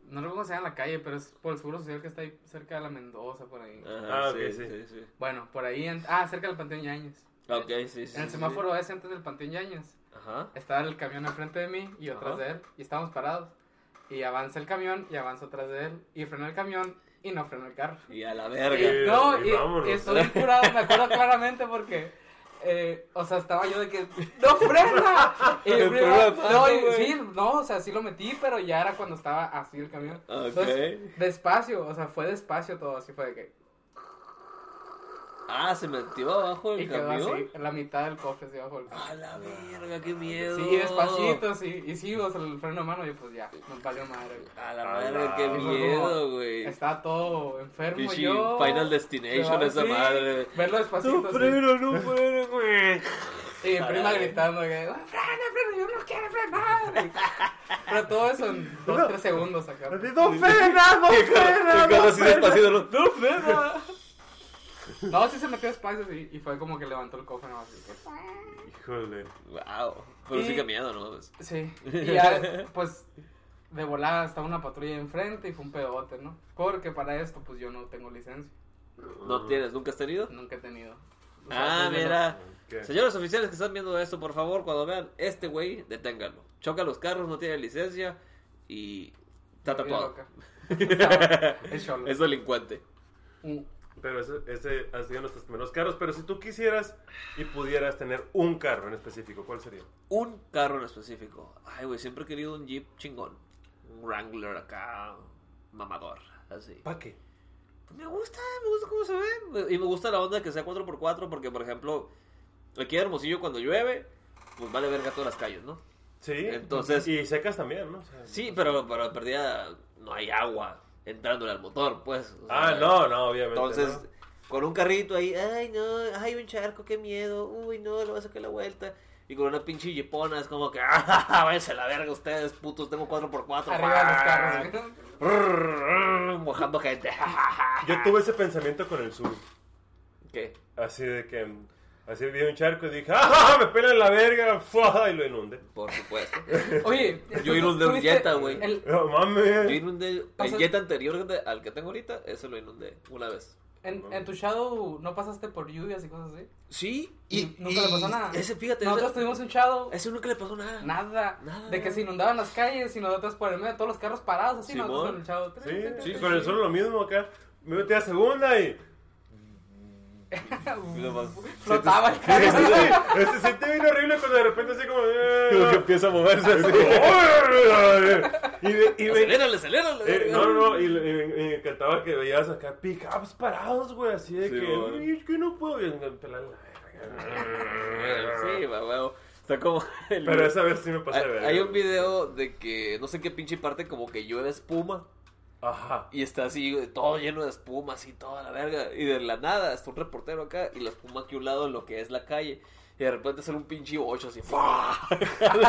A: No recuerdo cómo se llama la calle, pero es por el Seguro Social que está ahí cerca de la Mendoza, por ahí.
B: Ajá,
C: Ah, ok,
B: sí,
C: sí.
B: sí, sí.
A: Bueno, por ahí, en- ah, cerca del Panteón Yañez.
B: Ok, sí, sí.
A: En el
B: sí,
A: semáforo ese antes del Panteón Yañez,
B: sí. Ajá.
A: estaba el camión enfrente de mí y yo atrás
B: Ajá.
A: de él, y estábamos parados. Y avanza el camión y avanza atrás de él, y frenó el camión y no frenó el carro.
B: Y a la
A: Y-
B: verga.
A: no,
C: y
A: y,
C: vámonos.
A: y estoy curado, me acuerdo claramente porque. eh, o sea, estaba yo de que ¡No frena! Y
B: El
A: mi prima,
B: perro de paso,
A: no, y-
B: güey.
A: sí, no, o sea, sí lo metí, pero ya era cuando estaba así el camión.
B: Ok.
A: Entonces, despacio, o sea, fue despacio todo, así fue de que.
B: Ah, se metió abajo
A: Y
B: el
A: quedó
B: camión. Ah.
A: así, en la mitad del cofre, así abajo del camión.
B: A la verga, qué miedo.
A: Sí, despacito, sí, y sí, o sea, el freno de mano, y pues ya, me valió madre. güey.
B: A la
C: A la
B: verga, qué
A: verga.
B: miedo, güey.
A: Estaba todo enfermo
B: Pichi,
A: yo.
B: Final Destination,
A: Sí,
B: esa madre.
A: Verlo despacito. así.
C: no freno, güey.
A: Sí, mi prima
B: Caray.
A: gritando que, "Ah, frena, frena, yo no quiero frenar. Pero todo eso en dos, tres segundos acá.
D: ¡No frenas, no frenas!
B: Cada
D: no
B: así
D: frenas!
B: despacito, no. no.
A: No, sí se metió espacio y, y fue como que levantó el cofre nomás. así que,
C: Híjole.
B: Wow. Pero sí
A: Y-
B: que miedo, ¿no? Pues,
A: Sí. Y ya, pues, de volada estaba una patrulla enfrente y fue un pedote, ¿no? Porque para esto, pues yo no tengo licencia.
B: ¿No tienes? ¿Nunca has tenido?
A: Nunca he tenido. O sea, pues, yo
B: Ah,
A: no-
B: mira.
C: ¿Qué?
B: Señores oficiales que están viendo esto, por favor, cuando vean este güey, deténganlo. Choca los carros, no tiene licencia y está
A: Vida
B: tatuado.
A: loca. Estaba- Es cholo.
B: Es delincuente.
A: Mm,
C: Pero ese, ese han sido nuestros primeros carros. Pero si tú quisieras y pudieras tener un carro en específico, ¿cuál sería?
B: Un carro en específico. Ay, güey, siempre he querido un Jeep chingón. Un Wrangler acá, mamador, así.
C: ¿Para qué?
B: Me gusta, me gusta cómo se ve. Y me gusta la onda que sea 4x4 porque, por ejemplo, aquí en Hermosillo cuando llueve, pues vale verga todas las calles, ¿no?
C: Sí.
B: Entonces-
C: Y secas también, ¿no? O sea,
B: Sí, pero para perdida no hay agua entrándole al motor, pues. O
C: Ah,
B: sea,
C: no, no, obviamente.
B: Entonces,
C: ¿no?
B: con un carrito ahí, ay no, hay un charco, qué miedo, uy no, le va a sacar la vuelta. Y con una pinche yepona es como que, ah, váyanse a la verga ustedes, putos, tengo 4x4.
A: Arriba de los carros. güey.
B: carros. Mojando gente.
C: Yo tuve ese pensamiento con el sur.
B: ¿Qué?
C: Así de que. mm, Así vi un charco y dije, ¡ah! Me pelan la verga, ¡fua! y lo inundé.
B: Por supuesto.
A: Oye,
B: Yo inundé un
A: ¿tuviste
B: Jetta, güey.
A: el-
C: No
B: Yo
C: mames.
B: inundé
A: O
B: el
A: sea-
B: jet anterior de- al que tengo ahorita, eso lo inundé una vez.
A: En, en tu Shadow no pasaste por lluvias y cosas así.
B: Sí,
A: Y nunca le pasó nada.
B: Ese, fíjate,
A: Nosotros
B: ese,
A: tuvimos un Shadow.
B: ese nunca le pasó nada.
A: Nada,
B: Nada.
A: De que se inundaban las calles y nosotros por el medio, todos los carros parados así,
B: Simón.
A: nosotros con el Shadow.
C: Sí, sí, con el sur lo mismo acá. Me metí a segunda y.
A: Flotaba el carro.
C: Este sí, este sí te vino horrible cuando de repente así como. eh,
B: empieza a moverse
C: y, ve- y ve-
B: Acelérale, acelérale.
C: eh, no, no, y, le- y me- y me encantaba que veías acá pickups parados, güey, así de
B: Sí,
C: que,
B: bueno.
C: "Ay, es que no puedo, y me pelan la verga.
B: Sí, va, huevo. Está como. el-
C: Pero esa vez sí me pasé de
B: hay,
C: verga.
B: hay un video de que no sé qué pinche parte como que llueve espuma
C: Ajá.
B: y está así güey, todo lleno de espuma, así toda la verga. Y de la nada está un reportero acá y la espuma aquí a un lado en lo que es la calle. Y de repente sale un pinche ocho así. ¡fua!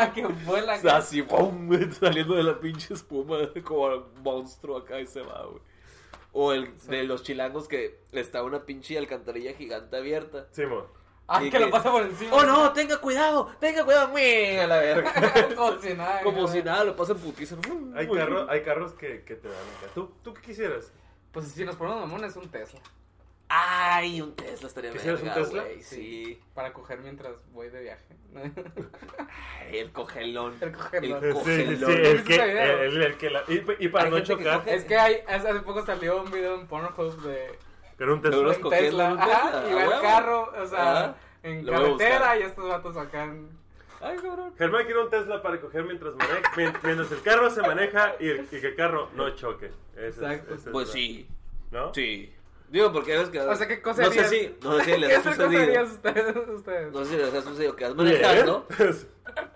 A: que fue la
B: O sea, así ¡bum! saliendo de la pinche espuma como un monstruo acá y se va, güey. O el de los chilangos que está una pinche alcantarilla gigante abierta.
C: Simón.
A: Ah,
B: y
A: que,
B: que-
A: lo pasa por encima.
B: ¡Oh no! ¡Tenga cuidado! ¡Tenga cuidado! ¡mue! A la verga.
A: Como si nada.
B: Como
A: güey.
B: si nada, lo pasan putiza.
C: Hay, carro- hay carros que, que te dan acá. ¿Tú, ¿Tú qué quisieras?
A: Pues si nos ponemos mamones, un Tesla.
B: Ay, un Tesla estaría
C: ¿Quisieras un
B: verga,
C: Tesla?
B: güey. Sí.
A: Para coger mientras voy de viaje.
B: Ay, el cogelón.
A: El cogelón.
B: El
C: Sí, sí,
B: cogelón.
C: el
A: ¿Viste
C: que,
A: ese video?
C: el, el- el que la, y, y para
B: Hay
C: no
B: gente que
C: chocar,
B: coge-
A: es que hay, hace hace poco salió un video en Pornhub de,
C: pero un
B: De
C: Tesla.
B: unos
A: en
B: cogiendo
A: Tesla.
B: en un
A: Ajá,
B: Tesla,
A: y va
B: a
A: el
B: huevo.
A: carro, o sea,
B: Ajá.
A: en
B: Lo voy a
A: carretera
B: buscar.
A: y estos vatos acá en...
B: Ay, cabrón.
C: Germán quiere un Tesla para coger mientras, mane- mien- mientras el carro se maneja y, el- y que el carro no choque. Ese es-
A: Exacto.
C: ese es
B: Pues
C: la-
B: sí.
C: ¿No?
B: Sí. Digo, porque ves que.
A: O sea, ¿qué cosa
B: No sé
A: harías?
B: si, no sé si les
A: ¿Qué
B: ha
A: otra cosa harían
B: sucedido.
A: ustedes? ustedes?
B: No sé si les ha sucedido que has
C: Bien.
B: manejado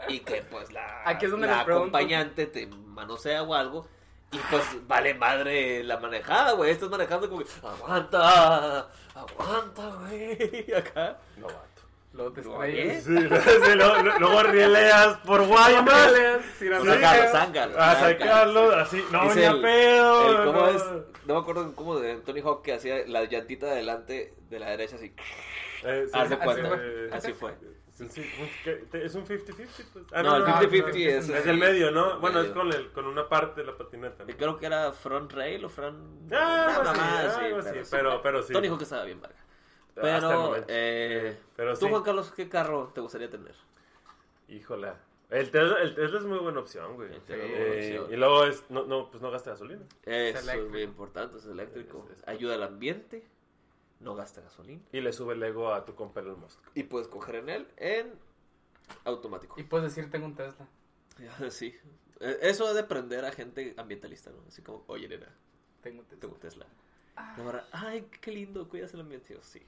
B: y que pues la,
A: Aquí es donde
B: la
A: les pregunto.
B: acompañante te manosea o algo y pues vale madre la manejada, güey. Estás manejando como que aguanta, aguanta, güey. Acá.
C: Novato.
A: Lo te
B: No,
A: estrellas.
B: ¿eh?
C: Sí, sí, luego, luego rieleas por Guaymas.
B: O
C: Sí,
B: sea,
C: claro.
B: Carlos, Ángaro,
C: A
B: Ángaro.
C: sacarlo, así, no,
B: Dice
C: ni a
B: el-
C: pedo.
B: el ¿Cómo
C: no.
B: es? No me acuerdo cómo de Tony Hawk que hacía la llantita de adelante de la derecha así.
C: Eh, sí,
B: Haz de cuenta.
C: eh,
B: Así fue.
C: sí, sí, ¿qué? ¿Es un 50-50? pues? Ah,
B: No, el
A: no,
B: 50-50
A: no,
B: es.
C: Es el medio, ¿no? Bueno, es
B: medio.
C: con, el, con una parte de la patineta. ¿no?
B: Yo Creo que era Front Rail o Front.
C: Ah, algo así,
B: mamá,
C: algo así, pero- pero sí.
B: Tony Hawk estaba bien verga.
C: Hasta el
B: Pero,
C: momento.
B: eh,
C: Pero
B: tú,
C: sí.
B: Juan Carlos, ¿qué carro te gustaría tener?
C: Híjola. El Tesla, el Tesla es muy buena opción, güey.
B: El Tesla
C: Sí.
B: es buena opción.
C: Y luego es, no, no, pues no gasta gasolina.
B: Eso es
A: eléctrico.
B: muy importante, es eléctrico.
C: Es- es-
B: Ayuda al ambiente, no gasta gasolina.
C: Y le sube el ego a tu compa el Musk.
B: Y puedes coger en él en automático.
A: Y puedes decir, tengo un Tesla.
B: Sí. Eh, Eso es de prender a gente ambientalista, ¿no? Así como, oye, nena,
A: Tengo un Tesla.
B: tengo un Tesla. Y ahora, ay, qué lindo, cuidas el ambiente. Yo, sí.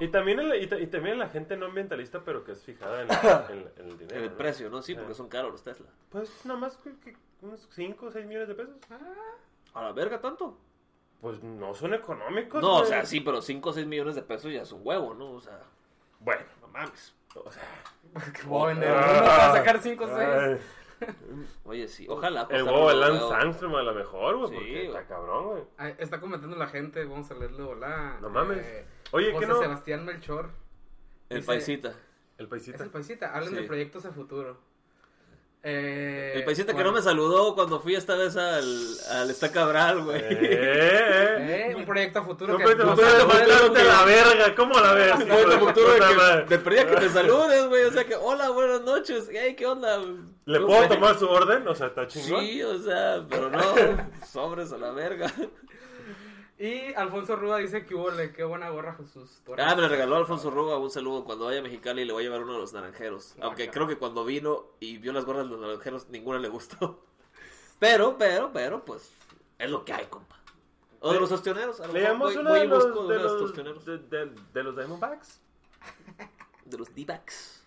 C: Y también, el- y, ta- y también la gente no ambientalista, pero que es fijada en, el- en el- en el dinero.
B: El
C: ¿no?
B: precio, ¿no? Sí,
C: Ah.
B: porque son caros los Tesla.
C: Pues nada más que, que unos 5 o 6 millones de pesos.
B: A la verga, tanto.
C: Pues no son económicos.
B: No, o
C: güey.
B: sea, sí, pero 5 o 6 millones de pesos ya es un huevo, ¿no? O sea,
C: Bueno.
B: no mames.
C: O sea,
A: Que voy a vender uno
C: Ah.
A: para sacar 5 o 6.
C: ay,
B: Oye, sí, ojalá.
C: el
B: costara
C: huevo de
B: un
C: Lance
B: huevo.
C: Armstrong a lo mejor, güey.
B: Sí,
C: porque
B: güey.
C: está cabrón, güey.
A: Está comentando la gente, vamos a leerlo. Hola.
C: No mames.
A: Eh,
C: Oye, ¿qué
A: José
C: no?
A: Sebastián Melchor.
B: El
A: Dice-
B: paisita.
C: El paisita.
A: Es el paisita. Hablen
B: Sí.
A: de proyectos a futuro. Eh,
B: El paisita que
A: bueno.
B: no me saludó cuando fui esta vez al, al Estacabral, güey.
C: Eh, eh.
A: Eh, un proyecto a futuro
C: No
A: que
C: me te
A: no
B: futuro.
A: salió.
C: mandaste
B: que-
C: la verga. ¿Cómo la ves?
B: No, en el futuro de que-
C: madre.
B: de perdida que me saludes, güey. O sea que, hola, buenas noches. Ey, ¿qué onda?
C: ¿Le
B: No
C: puedo
B: sé.
C: tomar su orden? O sea, está chingón.
B: Sí, o sea, pero no. Sobres a la verga.
A: Y Alfonso Ruda dice que hubo, le- qué buena gorra Jesús. Torres.
B: Ah, me lo regaló Alfonso Ruga un saludo cuando vaya a Mexicali y le voy a llevar uno de los naranjeros.
A: Ah,
B: Aunque
A: claro.
B: creo que cuando vino y vio las gorras de los naranjeros, ninguna le gustó. Pero, pero, pero, pues, es lo que hay, compa. O de los ostioneros. a lo
C: Le
B: mejor
C: llamamos
B: voy-
C: uno
B: voy
C: de
B: y busco
C: los, de,
B: uno de
C: los,
B: ostioneros.
C: de, de- de los Diamondbacks.
B: De los D-backs.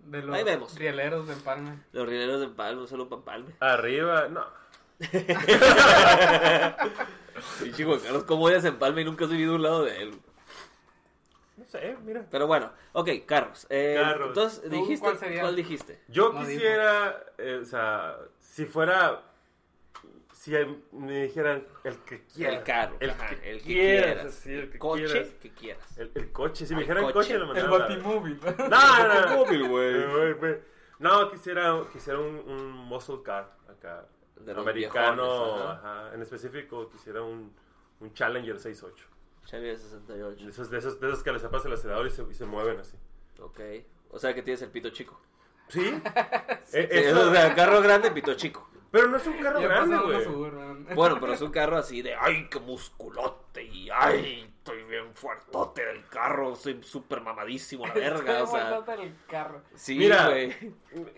A: De los
B: ahí vemos.
A: rieleros de Empalme.
B: De los rieleros de Palme, un saludo para Palme.
C: Arriba, no.
B: Y chico, Carlos, ¿cómo odias en Palme y nunca has vivido a un lado de él?
C: No sé, mira.
B: Pero bueno, ok, carros. Eh,
C: Carros.
B: Entonces,
A: ¿Tú
B: dijiste,
A: cuál sería?
B: ¿cuál dijiste?
C: Yo
A: No
C: quisiera, eh, o sea, si fuera, si hay- me dijeran el que quiera.
B: El carro.
C: El
B: ajá,
C: que
B: el que
C: quieras,
B: quieras.
C: así, el que
B: coche
C: quieras.
B: que quieras.
C: El, el coche, si me
B: El
C: dijeran el
B: coche.
C: coche, le
A: El
C: mandaba. a la-
A: Batimóvil.
C: No, no, no.
B: Batimóvil, güey.
C: Eh, güey. No, quisiera, quisiera un, un muscle car acá.
B: De los
C: americano,
B: viejones,
C: ajá. En específico, quisiera un, un Challenger 68.
B: Chevy de
C: De
B: 68.
C: esos, de esos, de esos que les apasan el acelerador y se, y se mueven así.
B: Ok. O sea que tienes el pito chico.
C: ¿Sí? Eh,
B: Sí,
C: eso-
B: o sea, carro grande, pito chico.
C: pero no es un carro
A: Yo
C: grande,
A: pasaba una
C: güey.
A: Suburban.
B: Bueno, pero es un carro así de, ay, qué musculote y ay, estoy bien fuertote del carro, soy súper mamadísimo, la verga. o
A: Estoy
B: sea,
A: guardando el carro.
B: sí,
C: Mira.
B: güey.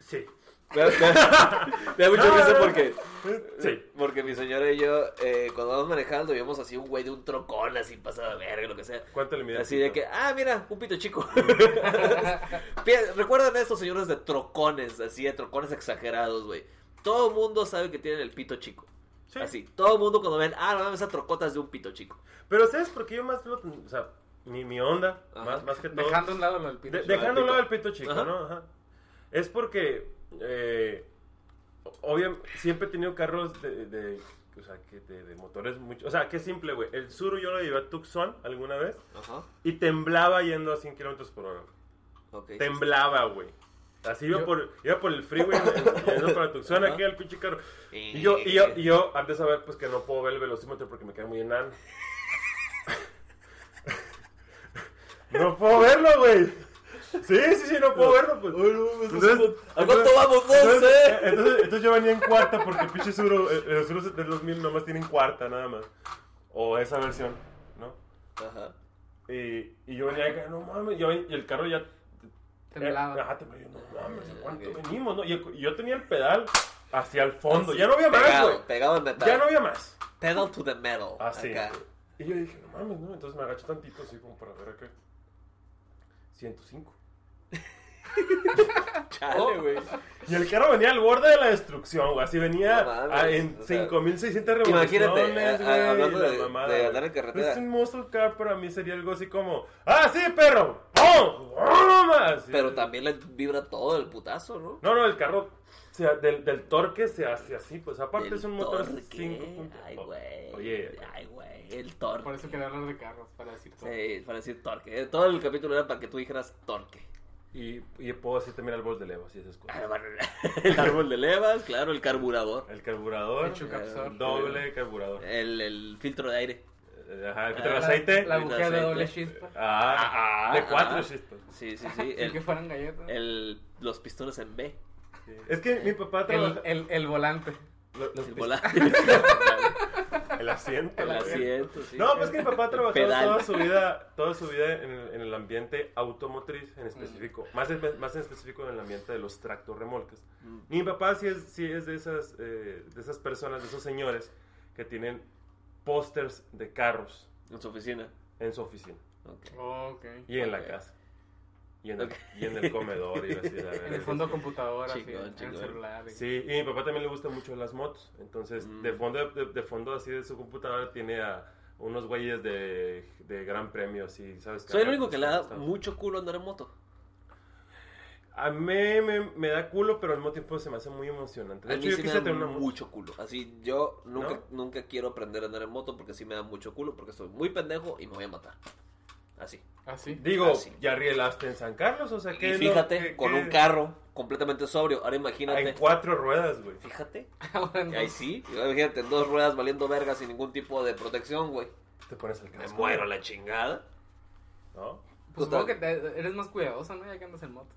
C: Sí.
B: Me, me- me da mucha
C: No,
B: risa
C: no, no.
B: porque, eh,
C: Sí.
B: porque mi señora y yo, eh, cuando vamos manejando, vemos así un güey de un trocón, así pasado de verga, lo que sea.
C: ¿Cuánto le mides?
B: Así de que, ah, mira, un pito chico. Pi- Recuerdan estos señores de trocones, así de trocones exagerados, güey. Todo mundo sabe que tienen el pito chico.
C: Sí.
B: Así, todo mundo cuando ven, ah, no mames, esa trocota es de un pito chico.
C: Pero ¿sabes por qué yo más lo... O sea, mi, mi onda,
B: Ajá.
C: más, más que todo...
A: Dejando a un lado lo del
C: De-
A: pito.
C: dejando
B: pito.
C: a un lado el pito chico,
B: Ajá.
C: ¿no? Ajá. Es porque, eh, obviamente, siempre he tenido carros de, de- o sea, que de, de motores mucho... O sea, qué simple, güey. El Suru yo lo llevé a Tucson alguna vez
B: Ajá.
C: y temblaba yendo a 100 kilómetros por hora.
B: Ok.
C: Temblaba, güey. Así iba,
A: Yo-
C: por, iba por el freeway yendo para Tucson,
B: Ajá.
C: aquí al pinche carro. Y yo, y yo, y yo, antes de saber, pues que no puedo ver el velocímetro porque me queda muy enano. no puedo verlo, güey. Sí, sí, sí, no puedo verlo, pues. Entonces,
B: ¿A cuánto vamos? No
C: entonces,
B: sé.
C: entonces, entonces yo venía en cuarta porque pinche suro, eh, los suros del 2000 nomás tienen cuarta, nada más. O esa versión, ¿no?
B: Ajá.
C: Y, y yo venía acá, no mames, yo, y el carro ya eh,
A: Temblaba.
C: Ajá, temblaba. Yo, no mames, ¿a ¿cuánto
B: Ok.
C: venimos? No? Y, el- y yo tenía el pedal hacia el fondo, ya no había más, güey.
B: Pegado, pegado en metal.
C: Ya no Ah, había más.
B: pedal to the metal.
C: Así.
B: acá.
C: Y yo dije, no mames, ¿no? Entonces me agaché tantito así como para ver acá. 105.
B: Chale, güey.
C: Y el carro venía al borde de la destrucción, güey. Así venía
B: No mames,
C: a- en
B: o sea,
C: 5600
B: imagínate,
C: revoluciones,
B: a- a-
C: güey.
B: hablando
C: y la
B: de-
C: mamada,
B: de
C: güey.
B: andar en carretera.
C: Es un muscle car, pero a mí sería algo así como, ¡Ah, sí, perro! ¡Oh! ¡Oh, más!
B: Pero también le vibra todo el putazo, ¿no?
C: No, no, el carro o sea, del, del torque se hace así, pues aparte
B: El
C: es un motor
B: torque.
C: 5.
B: Ay, güey.
C: Oye, eh,
B: Ay, güey. El
A: Por
B: torque.
A: eso quería hablar de carros, para decir todo.
B: Sí, para decir torque. Eh, Todo el capítulo era para que tú dijeras torque.
C: y, y puedo decir también árbol de levas y esas
B: Ah,
C: cosas.
B: bueno, El árbol de levas, claro, el carburador.
C: El carburador,
A: El chucapsor.
C: doble carburador. Eh,
B: El, el filtro de aire.
C: Ajá, el filtro de
A: eh, La-
C: aceite.
A: La
B: Filtro de
A: bujía de
B: aceite.
A: doble chispa.
C: Ah, de cuatro
B: ah.
C: chispas.
B: Sí, sí, sí.
A: Sin que
B: El,
A: fueran galletas. El,
B: el- los pistones en B.
C: Sí. Es que mi papá trabaja.
A: el- el volante.
C: lo- los-
B: El volar.
C: el asiento.
B: El
C: güey.
B: asiento, sí.
C: No, pues que mi papá ha trabajado
B: Pedal.
C: toda su vida, toda su vida en el, en el ambiente automotriz
B: Mm.
C: en específico, más, espe- más en específico en el ambiente de los tractorremolques.
B: Mm.
C: Mi papá sí es, sí es de, esas, eh, de esas personas, de esos señores que tienen pósters de carros
B: En su oficina.
C: en su oficina
B: Ok.
A: Ok.
C: y en
B: Ok.
C: la casa. Y en, el,
B: Ok.
C: y en el comedor y así, la verdad.
A: En el fondo computadora, así,
B: Chingón,
A: en el
B: chingón.
A: celular. y-
C: Sí, y a mi papá también le gustan mucho las motos. Entonces,
B: Mm.
C: de fondo de, de fondo así de su computadora tiene a unos güeyes de, de gran premio, así, ¿sabes?
B: Soy el
C: Acá,
B: único que le da
C: están-
B: mucho culo andar en moto.
C: A mí me, me da culo, pero al mismo tiempo se me hace muy emocionante. De
B: A
C: hecho,
B: mí
C: yo
B: sí me
C: quise
B: da
C: tener una moto.
B: mucho culo. Así, yo nunca, nunca quiero aprender a andar en moto porque sí me da mucho culo, porque soy muy pendejo y me voy a matar. Así.
A: Así.
C: Digo,
B: Ah, sí.
C: ya rielaste en San Carlos, o sea,
B: Y
C: que...
B: fíjate, con un carro completamente sobrio. Ahora
C: Hay
B: imagínate.
C: cuatro ruedas, güey.
B: Fíjate.
A: Ahora
B: que
A: no.
B: Ahí sí. Imagínate, en dos ruedas valiendo verga sin ningún tipo de protección, güey.
C: Te pones el
B: Me
C: casco.
B: muero a la chingada.
C: ¿no?
A: Pues supongo
B: Total.
A: que te- eres más cuidadoso, ¿no? Ya que andas en moto.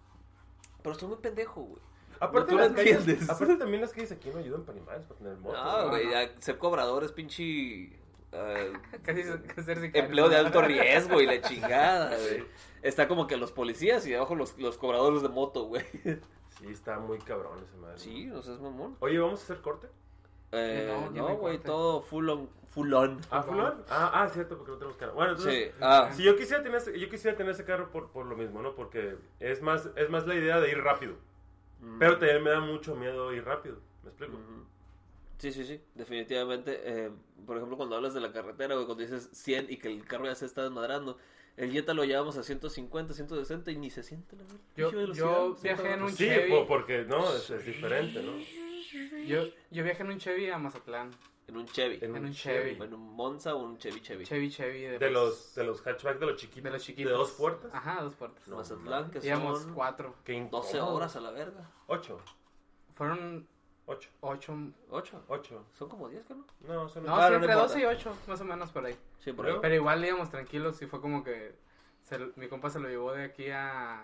B: Pero estoy muy pendejo, güey.
C: Aparte,
B: tú
C: las
B: no
C: calles,
B: entiendes.
C: aparte también las calles aquí no ayudan para animales, para tener moto.
B: Ah,
C: güey.
B: güey, ya ser cobrador es pinche eh,
A: Casi se- que ser sicario.
B: empleo de alto riesgo y la chingada, güey. Está como que los policías y abajo los, los cobradores de moto, güey.
C: Sí, está muy cabrón ese madre.
B: Sí, no seas mamón.
C: Oye, ¿vamos a hacer corte?
B: Eh,
A: No, ya
B: no,
A: me
B: güey,
A: corté.
B: todo full on. Full on.
C: ¿Ah, fulano? Ah, ah, cierto, porque no tenemos carro. Bueno,
B: Sí,
C: entonces,
B: ah,
C: si yo quisiera tener, ese- yo quisiera tener ese carro por, por lo mismo, ¿no? Porque es más, es más la idea de ir rápido. Pero también me da mucho miedo ir rápido. ¿Me explico?
B: Ujú. Sí, sí, sí, definitivamente. eh, por ejemplo, cuando hablas de la carretera, güey, cuando dices 100 y que el carro ya se está desmadrando, el Jetta lo llevamos a 150, 160 y ni se siente la verga.
A: Yo-
B: Pinche velocidad,
A: yo
B: se
A: viajé
B: está-
A: en un
C: Sí,
A: Chevy.
C: po- porque no, es, es diferente, ¿no?
A: Yo, yo viajé en un Chevy a Mazatlán.
B: en un Chevy.
A: En un Chevy.
B: En un Monza o un Chevy Chevy.
A: Chevy, Chevy. pues,
C: De los, de los hatchbacks de los chiquitos.
A: De los chiquitos. Ah.
C: ¿De dos puertas?
A: Ajá, dos puertas.
C: No,
B: Mazatlán, que
A: Íbamos
B: son
A: cuatro.
C: Qué incómodo.
B: 12 horas a la verga.
C: Ocho.
A: Fueron
C: Ocho.
A: ocho.
B: ¿8?
C: Ocho.
B: Son como 10, ¿no?
C: No, son
A: No,
B: Ah,
A: sí,
B: no
A: entre
B: importa.
A: doce y ocho, más o menos por ahí.
B: Sí, por
C: Luego,
B: ahí.
A: Pero igual íbamos tranquilos y fue como que se lo- mi compa se lo llevó de aquí a.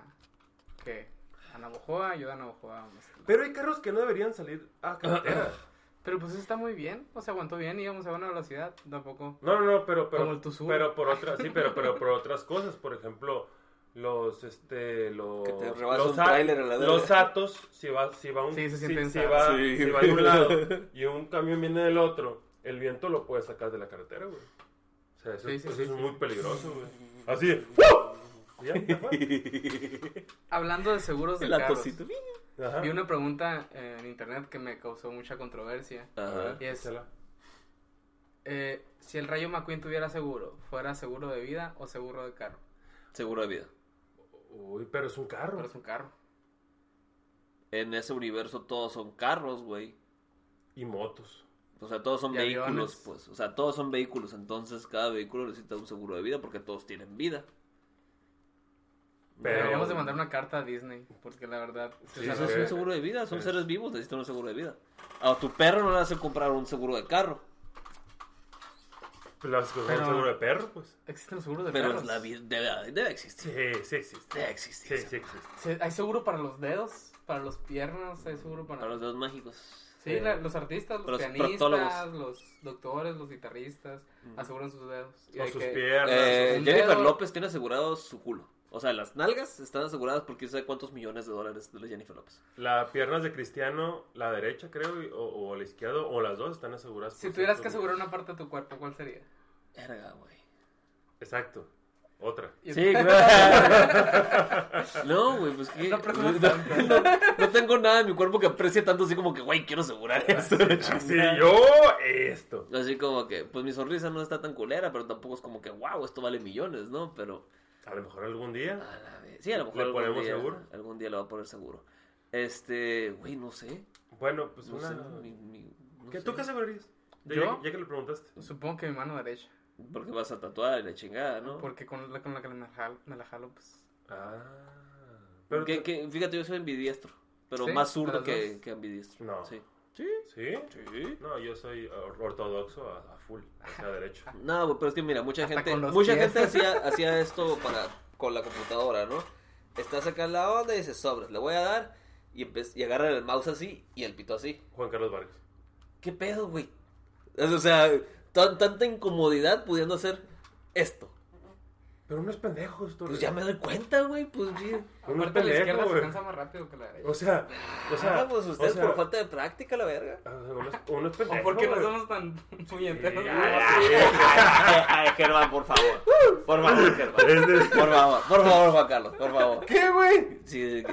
A: ¿Qué? A Navojoa, yo de Navojoa a Mazatlán.
C: Pero hay carros que no deberían salir a carretera.
A: Pero pues está muy bien, o sea, aguantó bien, íbamos a buena velocidad, tampoco.
C: No, no, no, pero, pero,
A: Como el Tucson.
C: pero por otras, sí, pero, pero por otras cosas, por ejemplo, los, este, los,
B: Que te rebasa
C: los
B: un
C: a-
B: tráiler a la verga.
C: los atos, si va, si va un,
A: Sí, se
C: si,
A: sienten
C: si
A: sad.
C: va,
B: Sí.
C: si va de un lado y un camión viene del otro, el viento lo puede sacar de la carretera, güey. O sea, eso,
A: Sí, sí,
C: eso
A: sí,
C: es
A: sí.
C: muy peligroso, güey. Así, ¡uh! Ya, ya fue.
A: Hablando de seguros de
B: El
A: carros,
B: atorcito.
C: Ajá.
A: vi una pregunta eh, en internet que me causó mucha controversia.
C: A
B: Ajá.
C: ver,
A: Y es,
C: échala.
A: eh, si el Rayo McQueen tuviera seguro, ¿fuera seguro de vida o seguro de carro?
B: Seguro de vida.
C: Uy, pero es un carro.
A: Pero es un carro.
B: En ese universo todos son carros, güey.
C: Y motos.
B: O sea, todos son
A: Y
B: vehículos,
A: aviones.
B: pues. O sea, todos son vehículos. Entonces, cada vehículo necesita un seguro de vida porque todos tienen vida.
C: Pero-
A: Deberíamos de mandar una carta a Disney, porque la verdad...
C: Sí,
B: Eso
A: o sea,
B: es
C: sí.
B: un seguro de vida. Son
C: Sí.
B: seres vivos, necesitan un seguro de vida. A tu perro no le hacen comprar un seguro de carro.
C: Pues las cosas
A: Pero-
C: son seguro de perro, pues.
A: Existen los seguros de
B: Pero
A: carros.
B: es la vida debe, debe
C: Sí,
B: existir.
C: sí existe.
B: Debe
C: Sí,
B: existir.
C: sí existe.
A: Sí, Hay seguro para los dedos, para los piernas, hay seguro para...
B: Para los dedos mágicos.
A: Sí, la- los artistas, los,
B: Los
A: pianistas,
B: proctólogos.
A: los doctores, los guitarristas aseguran sus dedos. Y
C: O
A: hay
C: sus
A: que-
C: piernas.
B: Eh,
A: Un
B: Jennifer
A: dedo.
B: López tiene asegurado su culo. O sea, las nalgas están aseguradas por quién sabe cuántos millones de dólares de la Jennifer López.
C: Las piernas de Cristiano, la derecha creo, y- o, o la izquierda, o las dos están aseguradas.
A: Si
C: por
A: tuvieras que
C: cierto, güey.
A: asegurar una parte de tu cuerpo, ¿cuál sería?
B: Verga, güey.
C: Exacto. Otra.
A: Y-
B: Sí, claro. No, güey, pues que.
A: No presumas
B: no, no tengo nada en mi cuerpo que aprecie tanto así como que, güey, quiero asegurar esto.
C: Ah, Sí, yo esto.
B: Así como que, pues mi sonrisa no está tan culera, pero tampoco es como que, wow, esto vale millones, ¿no? Pero,
C: A lo mejor algún día.
B: a la vez. Sí, a lo mejor
C: ¿Le
B: algún
C: ponemos
B: día.
C: seguro?
B: Algún día lo va a poner seguro. Este, güey, no sé.
C: Bueno, pues
B: No
C: una.
B: sé. mi- mi- no
C: ¿Qué-
B: sé.
C: ¿Tú qué asegurarías? Ya-
A: ¿Yo?
C: Ya que le preguntaste.
A: Supongo que mi mano derecha.
B: Porque vas a tatuar y la chingada, ¿no?
A: Porque con la, con la que me la jalo, me la jalo, pues.
C: Ah. Pero
B: Que-
C: tú-
B: que- fíjate, yo soy ambidiestro, pero
A: Sí,
B: más zurdo
A: las
B: que,
A: dos.
B: que ambidiestro.
C: No.
B: Sí.
C: ¿Sí? No, yo soy or- ortodoxo a, a full, o sea, derecho.
B: No, güey, pero es que mira, mucha
A: Hasta
B: gente,
A: con los
B: mucha
A: pies.
B: gente hacía, hacía esto para, con la computadora, ¿no? Estás acá en la onda y dices, sobres, le voy a dar y, empe- y agarra el mouse así y el pito así.
C: Juan Carlos Vargas.
B: ¿Qué pedo, güey? O sea, tan- tanta incomodidad pudiendo hacer esto.
C: Pero unos pendejos, tú.
B: Pues ya me doy cuenta, güey, pues bien.
C: Unos
A: Aparte, la izquierda
C: pendejos,
A: se
C: güey.
A: cansa más rápido que la derecha.
C: O sea, o sea,
B: Ah, pues
C: o
B: ustedes
C: sea, ah,
B: por falta de práctica, la verga.
C: o sea, unos, unos pendejos.
A: ¿O por qué no
C: güey.
A: somos tan puñeteros?
B: Ay, ay, Germán, por favor. Por favor, Germán. Por favor, por favor, Juan Carlos, por favor.
D: ¿Qué, güey?
B: Si,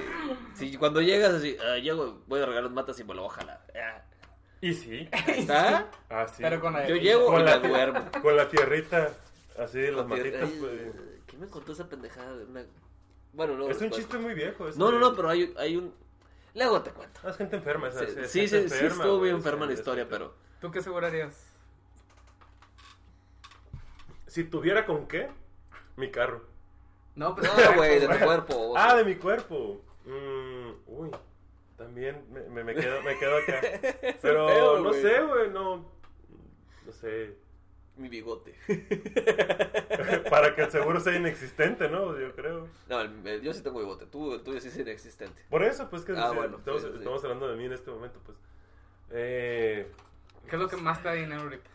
B: si cuando llegas así, ah, llego, voy a regalar las matas y me lo voy a jalar. Ah,
C: Y sí.
B: ¿Está?
C: Ah, sí.
A: Pero con la
B: Yo
A: derecha.
B: llego y
C: Con
B: la
C: la-
B: duermo.
C: Con la tierrita, así de las
B: Con tierra-
C: matitas,
B: ay,
C: pues.
B: ¿Quién me contó esa pendejada? de una- Bueno, no.
C: Es un chiste muy viejo. ese,
B: No, no,
C: güey.
B: no, pero hay, hay un. Luego te cuento.
C: Ah, Es gente enferma, esa.
B: Sí,
C: es- es
B: sí, sí,
C: gente
B: sí,
C: enferma,
B: estuvo
C: güey,
B: bien
C: es-
B: enferma la
C: es-
B: historia, pero.
A: ¿Tú qué asegurarías?
C: Si tuviera con qué, mi carro.
A: No, pues.
B: No, güey, de tu cuerpo.
C: Ah, de mi cuerpo. Mm, uy, también me, me- me quedo, me quedo acá. Pero
B: feo,
C: no
B: güey.
C: sé, güey, no. No sé.
B: Mi bigote.
C: Para que el seguro sea inexistente, ¿no? Yo creo.
B: No, el- el- yo sí tengo bigote. Tú, tú sí es inexistente.
C: Por eso, pues que
B: Ah,
C: sí,
B: bueno,
C: estamos,
B: sí, sí.
C: estamos hablando de mí en este momento, pues. Eh,
A: ¿Qué es lo que más te da dinero ahorita?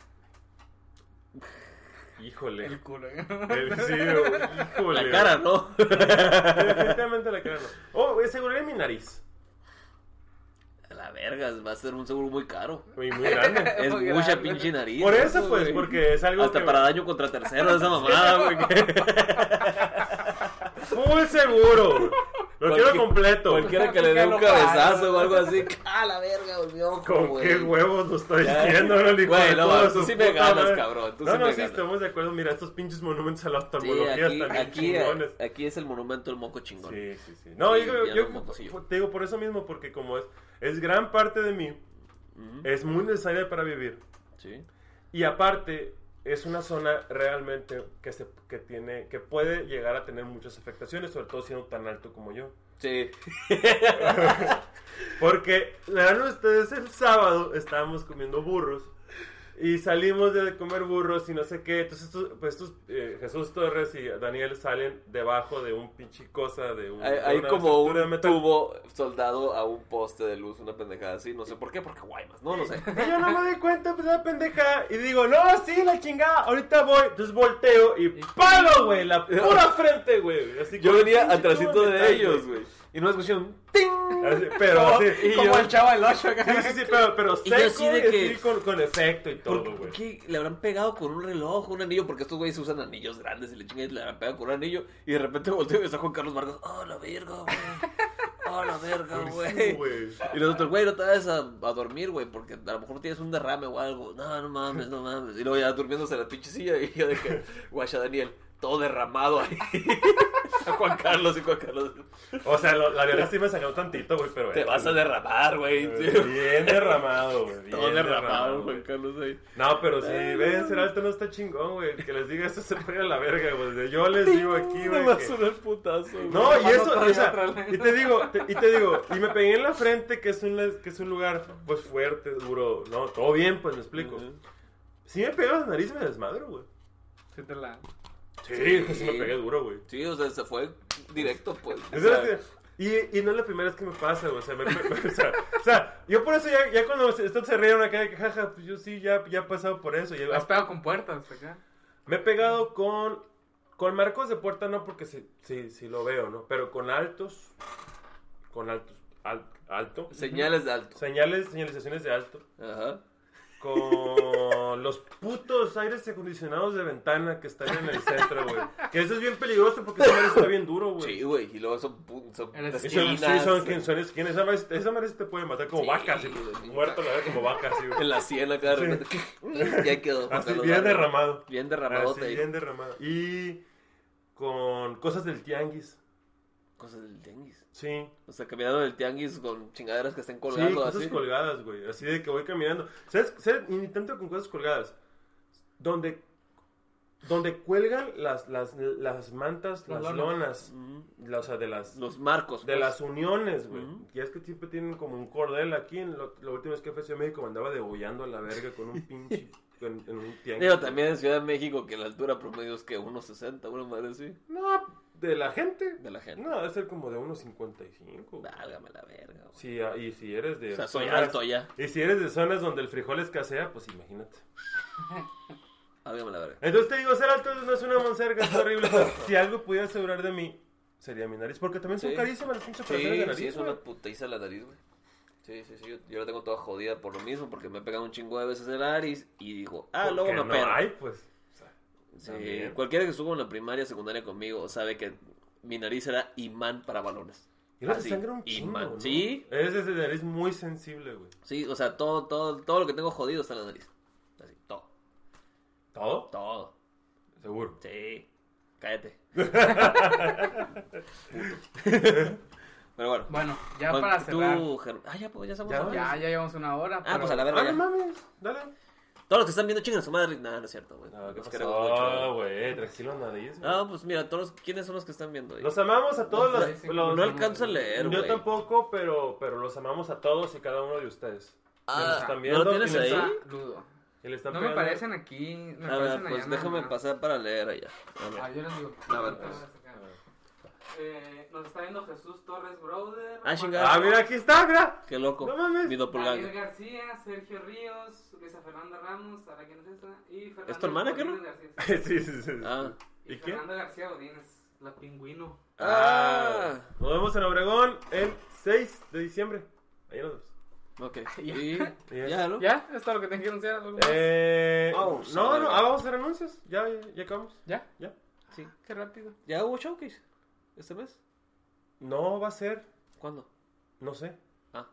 C: híjole.
A: El culo. ¿eh?
C: El- sí, güey, híjole.
B: La cara, ¿no?
C: Definitivamente la cara no. Oh, güey, aseguré mi nariz.
B: A la verga, va a ser un seguro muy caro.
C: Muy, muy grande.
B: Es
A: Muy
B: mucha
A: grande.
B: pinche nariz.
C: Por eso, pues,
B: güey.
C: porque es algo
B: Hasta
C: que-
B: para daño contra tercero esa mamada, güey.
C: Full seguro. Lo
B: Cualquier-
C: quiero completo.
B: Cualquiera que le dé un
A: Aplícalo, padre.
B: cabezazo o algo así. ¡Ah, la verga, güey! Mi ojo,
C: ¿Con
B: güey.
C: qué huevos lo estoy
B: Ya.
C: diciendo, no, el hijo
B: Güey,
C: de
B: no,
C: toda
B: tú
C: su
B: sí me
C: puta
B: ganas,
C: madre?
B: cabrón, tú
C: no,
B: sí
C: no,
B: me
C: sí,
B: ganas.
C: estamos de acuerdo. Mira, estos pinches monumentos a la
B: Sí,
C: oftalmología
B: aquí,
C: también
B: aquí,
C: chingones.
B: aquí es el monumento del moco chingón.
C: Sí, sí, sí. No,
B: Sí,
C: yo,
B: ya
C: yo-
B: no mocosillo.
C: te digo por eso mismo, porque como es, es gran parte de mí, es muy necesaria para vivir.
B: Sí.
C: Y aparte, es una zona realmente que, se, que, tiene, que puede llegar a tener muchas afectaciones, sobre todo siendo tan alto como yo.
B: Sí.
C: Porque, verán ustedes, el sábado estábamos comiendo burros. Y salimos de comer burros y no sé qué. Entonces, estos, pues estos, eh, Jesús Torres y Daniel salen debajo de un pinche cosa, de un.
B: Hay,
C: de
B: hay
C: una
B: como un
C: estructura de metal.
B: tubo soldado a un poste de luz, una pendejada así. No sé por qué, porque guaymas. No, no sé.
C: Y yo no me doy cuenta, pues la pendeja. Y digo, no, sí, la chingada, ahorita voy. Entonces volteo y ¡palo, güey! La pura frente, güey. Así
B: Yo
C: con el
B: venía
C: pinche
B: atrásito
C: tubo
B: de
C: metal,
B: ellos, güey. Y no escuché un ting.
C: Así, pero
A: Como-
C: así.
A: Como
B: yo-
A: el chavo del 8
C: Sí, sí, sí, pero, pero
B: Y yo
C: seco
B: así
C: y
B: de que-
C: así con, con efecto y todo,
B: ¿Por
C: güey.
B: qué le habrán pegado con un reloj, un anillo? Porque estos güeyes usan anillos grandes y le chingan y le habrán pegado con un anillo. Y de repente volteo y está Juan Carlos Vargas. ¡Oh, la verga, güey! ¡Oh, la verga, güey! Y los otros, güey, no te vayas a, a dormir, güey, porque a lo mejor tienes un derrame o algo. No, no mames, no mames. Y luego ya durmiéndose en la pinche silla y yo de que, guacha, Daniel, todo derramado ahí. a Juan Carlos y Juan Carlos.
C: O sea, lo- la violencia sí me sacó tantito, güey, pero...
B: Te
C: eh,
B: vas a derramar, güey.
C: Bien derramado, güey. bien
B: Todo derramado, Juan
C: güey.
B: Carlos ahí.
C: No, pero sí, ven, ser alto no está chingón, güey. El que les diga eso se pega a la verga, güey. Yo les digo aquí,
B: No
C: güey.
B: me va a
C: que-
B: sonar putazo, güey.
C: No, y
A: Mano
C: eso,
A: otra
C: y,
A: y
C: o sea,
A: otra.
C: y te digo, te- y te digo, y me pegué en la frente, que es un, que es un lugar, pues, fuerte, duro, ¿no? Todo bien, pues, me explico.
B: Ujú.
C: Si me pego en la nariz, me desmadro, güey.
A: Sí, te la.
C: Sí, que sí me pegué duro, güey.
B: Sí, o sea, se fue directo, pues.
C: Es
B: O sea,
C: verdad, y, y no es la primera vez que me pasa, güey. O sea, me- me- o sea, o sea, yo por eso ya, ya cuando se- estos se rieron acá de que, jaja, pues yo sí, ya, ya he pasado por eso. Y
A: Has pegado con puertas acá.
C: me he pegado con Con Marcos de Puerta no, porque sí, sí, sí lo veo, ¿no? Pero con altos, con altos, al- alto,
B: Señales de alto.
C: señales, señalizaciones de alto,
B: Ajá.
C: con los putos aires acondicionados de ventana que están en el centro, güey. Que eso es bien peligroso porque ese madre está bien duro, güey.
B: Sí, güey. Y luego son, pu- son
A: En las
C: Y son- sí,
B: esquinas,
C: son, son, son esquinas. Esa madre, esa madre te puede matar como
B: Sí,
C: vaca, así,
B: güey.
C: muerto la verdad, como vaca, así, güí.
B: en la sien acá de
C: Sí.
B: repente. ya quedó. Juan
C: Así,
B: Carlos
C: bien
B: Vargas.
C: derramado.
B: Bien derramado.
C: Así, bien derramado. Y con cosas del tianguis.
B: Cosas del tianguis.
C: Sí.
B: O sea, caminando del tianguis con chingaderas que estén
C: Sí,
B: colgando
C: cosas
B: así.
C: colgadas, güey. Así de que voy caminando. ¿Sabes? ¿Sabes? Y ni tanto con cosas colgadas. Donde, donde cuelgan las, las, las mantas,
A: Las
C: las,
A: lonas.
C: lonas. Mm. La- o sea, de las,
B: Los marcos.
C: de
B: pues.
C: las uniones, güey.
B: Ujú.
C: Y es que siempre tienen como un cordel aquí. En lo, lo último es que FC México me andaba degollando a la verga con un pinche. en, en un tianguis.
B: Digo, también en Ciudad de México que la altura promedio es que 1.60, una madre así.
C: No, de la gente.
B: De la gente.
C: No, debe ser como de 1.55. güey.
B: Válgame la verga, güey.
C: Sí, ah, y si eres de.
B: O sea, soy
C: zonas-
B: alto ya.
C: Y si eres de zonas donde el frijol escasea, pues imagínate.
B: Válgame la verga.
C: Entonces te digo, ser alto no es una monserga, es horrible. pero si algo pudiera asegurar de mí, sería mi nariz. Porque también son
B: Sí.
C: carísimas las pinches operaciones de
B: Sí,
C: nariz.
B: sí, es
C: güey.
B: una putiza la nariz, güey. Sí, sí, sí, yo, yo la tengo toda jodida por lo mismo, porque me he pegado un chingo de veces el nariz y digo, ah, luego
C: Porque
B: me
C: no
B: opero.
C: hay, pues. O sea,
B: Sí,
C: También.
B: cualquiera que estuvo en la primaria, secundaria conmigo sabe que mi nariz era imán para balones.
C: Y luego
B: Ah,
C: te
B: sí.
C: sangra un
B: Y
C: chingo,
B: man-
C: ¿no?
B: sí.
C: Es de nariz muy sensible, güey.
B: Sí, o sea, todo, todo, todo lo que tengo jodido está en la nariz. Así, todo,
C: ¿Todo?
B: todo.
C: Seguro.
B: Sí, cállate. Puto. Pero bueno.
A: Bueno, ya
B: Juan,
A: para
B: tú,
A: cerrar.
B: Ger- Ah, ya, pues ya estamos
C: Ya,
B: hablando.
A: Ya, ya llevamos una hora.
B: Ah,
A: pero-
B: pues a la
C: Ah,
B: verga.
C: no
B: ya.
C: mames. Dale.
B: Todos los que están viendo chingan a su madre. Nada, no es cierto, güey.
C: No, Ah, ¿qué
B: Los
C: pasó?
B: queremos mucho, güey.
C: güey. Tranquilo, nariz. güey.
B: Ah, pues mira, todos los- ¿quiénes son los que están viendo? ahí?
C: Los amamos a todos
A: No,
C: los.
A: sí,
C: los-
B: No alcanzo a leer,
C: yo
B: güey.
C: tampoco, pero, pero los amamos a todos y cada uno de ustedes.
B: Ah,
C: Que nos están
B: ¿no
C: viendo,
B: lo tienes
C: que les-
B: ahí?
A: Saludo.
C: que les están
A: No me
C: pegando.
A: parecen aquí. Me
B: ¿eh? A ver,
A: parecen
B: pues
A: allá nada
B: déjame
C: Ah.
A: más.
B: pasar para leer allá. A ver.
A: Ah, yo les digo.
B: A ver,
A: Ahorita
B: pues.
A: voy a sacar. Eh, nos está viendo Jesús Torres Brother.
B: Ah, chingada. Ah,
C: Ah, mira, aquí está, mira.
B: Qué loco.
C: No mames.
B: Mi
A: Daniel
B: doppelganger.
A: García, Sergio Ríos, Luisa Fernanda Ramos, Ara Quinocesa y Fernando
B: ¿Es tu hermana,
A: Godínez
B: Carlos?
A: García.
C: sí, sí, sí, sí.
B: Ah.
A: Y,
C: ¿Y qué?
A: Fernanda García Godínez, la pingüino.
B: Ah.
C: Nos vemos en Obregón el 6 de diciembre. Ahí nos vemos.
B: Ah. Ok. Y ya,
C: Ya.
B: ¿no?
A: ¿Ya? ¿Es todo lo que tengo que anunciar? ¿Algo más?
C: Eh,
B: Vamos a
C: no,
B: ver.
C: no, ah, vamos a hacer anuncios. Ya, ya, ya acabamos.
A: ¿Ya?
C: Ya.
B: Sí.
A: Qué rápido.
B: ¿Ya hubo showcase? ¿Este mes?
C: No va a ser,
B: ¿Cuándo?
C: no sé.
B: Ah.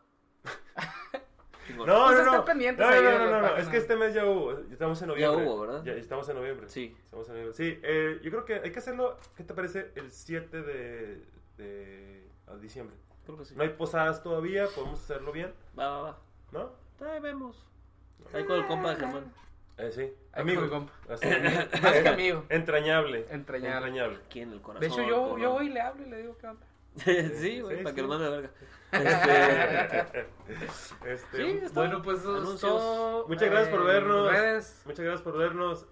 B: Chingón.
C: No,
A: Pues
C: no,
A: estén
C: no.
A: pendientes
C: no, no,
A: ahí
C: no,
A: de
C: no,
A: la
C: no, no,
A: página.
C: Es que este mes ya hubo. Ya estamos en noviembre.
B: hubo, ¿verdad?
C: Ya estamos en noviembre.
B: Sí.
C: Estamos en noviembre. Sí, eh, yo creo que hay que hacerlo. ¿Qué te parece el 7 de, de a diciembre?
B: Creo que sí.
C: No hay posadas todavía, podemos hacerlo bien,
B: Va, va, va.
C: ¿no?
B: Ahí vemos. Ahí con el compa de Germán.
C: Eh, sí.
A: Ahí
C: Amigo.
A: fue, compa.
C: Así, amigo.
A: Más que amigo.
C: Entrañable.
A: Entrañable.
C: Entrañable.
B: Aquí en el corazón.
A: De hecho, yo,
B: con-
A: yo voy y le hablo y le digo qué onda.
B: sí, güey,
C: Sí,
B: para
C: sí.
B: que lo mande a la verga.
C: Este,
B: Sí, está.
A: Bueno, pues eso es
B: Anuncios.
A: todo.
C: Muchas gracias por
A: Eh,
C: vernos.
A: Redes,
C: Muchas gracias por vernos.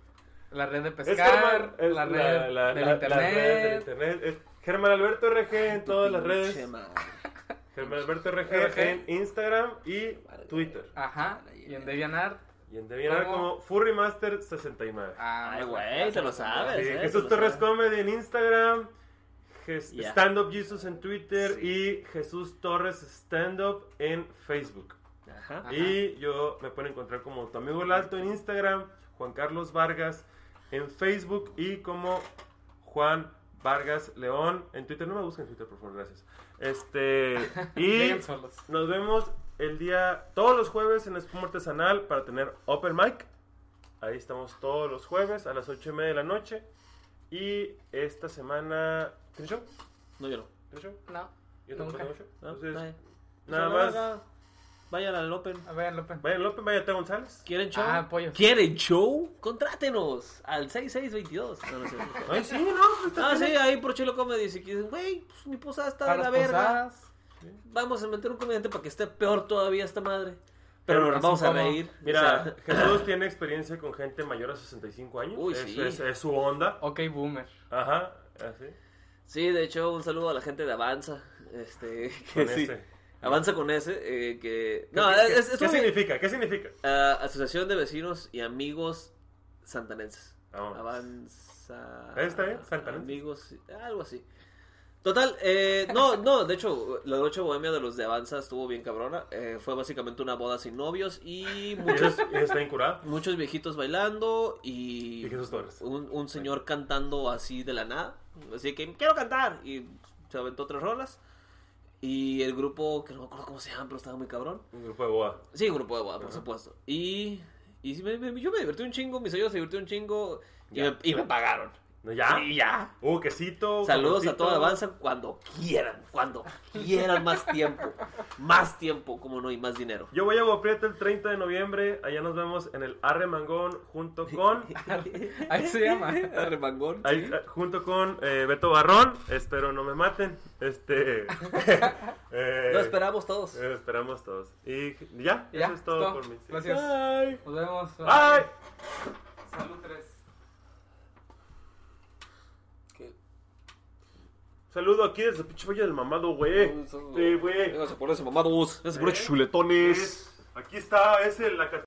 A: la red de
C: Es
A: pescar,
C: Germán- es
A: la red
C: la-
A: del
C: la-
A: internet.
C: la red del internet. Es Germán Alberto RG en todas las redes.
B: Pinche madre.
C: Germán Alberto RG,
A: RG.
C: en Instagram y Twitter.
A: Ajá. Y en DeviantArt.
C: Y en DeviantArt
A: ¿Cómo?
C: como FurryMaster69.
A: Ah,
B: Ay,
A: bueno.
B: güey, te lo
C: Sí,
B: sabes. eh, te
C: Jesús
B: lo
C: Torres
B: sabes.
C: Comedy en Instagram. Jes-
B: Ya.
C: Stand Up Jesus en Twitter y Jesús Torres Stand Up en Facebook.
B: Ajá.
A: Ajá.
C: Y yo me pueden encontrar como tu amigo el alto en Instagram, Juan Carlos Vargas en Facebook y como Juan Vargas León en Twitter. No me busquen en Twitter, por favor, gracias. Este y
A: Lleguen solos.
C: nos vemos el día todos los jueves en Espuma Artesanal para tener Open Mic. Ahí estamos todos los jueves a las 8 y media de la noche. Y esta semana. ¿Tienes show?
B: No, yo no.
C: ¿Tienes show?
A: No.
C: Yo tampoco
A: Nunca.
C: tengo show.
B: No,
C: Entonces,
B: nadie.
C: nada
B: Pues a la
C: más.
B: verga. Vayan al Open.
A: A ver, López.
C: Vayan López, vaya Teo González.
B: ¿Quieren show?
A: Ah, pollo.
B: ¿Quieren show? Contrátenos al 6622. No, no, es cierto.
C: Ay, sí, no, está
B: Ah,
C: bien.
B: sí, ahí por Chilo Comedy. Si quieren, güey, pues mi posada está
A: Para
B: de la
A: las
B: verga.
A: posadas.
B: Vamos a meter un comediante para que esté peor todavía esta madre. Pero
C: Pero
B: nos vamos a
A: ¿cómo?
B: reír.
C: Mira,
B: O sea,
C: Jesús tiene experiencia con gente mayor a 65 años.
B: Uy,
C: es,
B: sí.
C: es- es su onda.
A: Ok, boomer.
C: Ajá, así.
B: sí, de hecho, un saludo a la gente de Avanza. Este, que
C: Con
B: sí.
C: ese.
B: Avanza con ese. eh, que...
C: ¿Qué-
B: No,
C: qué,
B: es, es
C: qué
B: una
C: significa? ¿Qué significa?
B: ah, asociación de vecinos y amigos santanenses.
C: Vámonos.
B: Avanza.
C: Ahí está bien, San Clemente.
B: Amigos, algo así. Total, eh, no, no, de hecho, la noche bohemia de los de Avanza estuvo bien cabrona. eh, fue básicamente una boda sin novios y
C: Y eso
B: muchos,
C: es- y eso está incurado.
B: muchos viejitos bailando y
C: Y Jesús Torres.
B: un, un señor cantando así de la nada. Así que quiero cantar. Y se aventó tres rolas. Y el grupo, que no me acuerdo cómo se llama, pero estaba muy cabrón.
C: Un grupo de boda.
B: Sí, grupo de boda, por
C: Ajá.
B: supuesto. Y, y sí, me- me- yo me divertí un chingo, mis amigos se divirtieron un chingo y
C: Ya.
B: me, y me pagaron.
C: ¿No, ¿Ya?
B: Y ya.
C: Uh, quesito.
B: Saludos a
C: jamoncito.
B: toda Avanza cuando quieran, cuando quieran más tiempo. Más tiempo, como no, y más dinero.
C: Yo voy a Guaprieta el 30 de noviembre. Allá nos vemos en el Arre Mangón junto con.
A: Ahí se llama.
B: Remangón.
C: ahí, eh, junto con eh, Beto Barrón. Espero no me maten. Este. eh,
B: Lo esperamos todos.
C: eh, esperamos todos. Y ya,
A: Ya,
C: eso es todo
A: esto.
C: por mí. Sí.
A: Gracias.
B: Bye.
A: Nos vemos.
C: Bye.
A: Salud 3.
C: Saludo aquí desde pinche Valle del Mamado, güey. Sí, güey.
B: Venga, se ponerse mamados. Se ponerse chuletones.
C: Aquí está, es el, la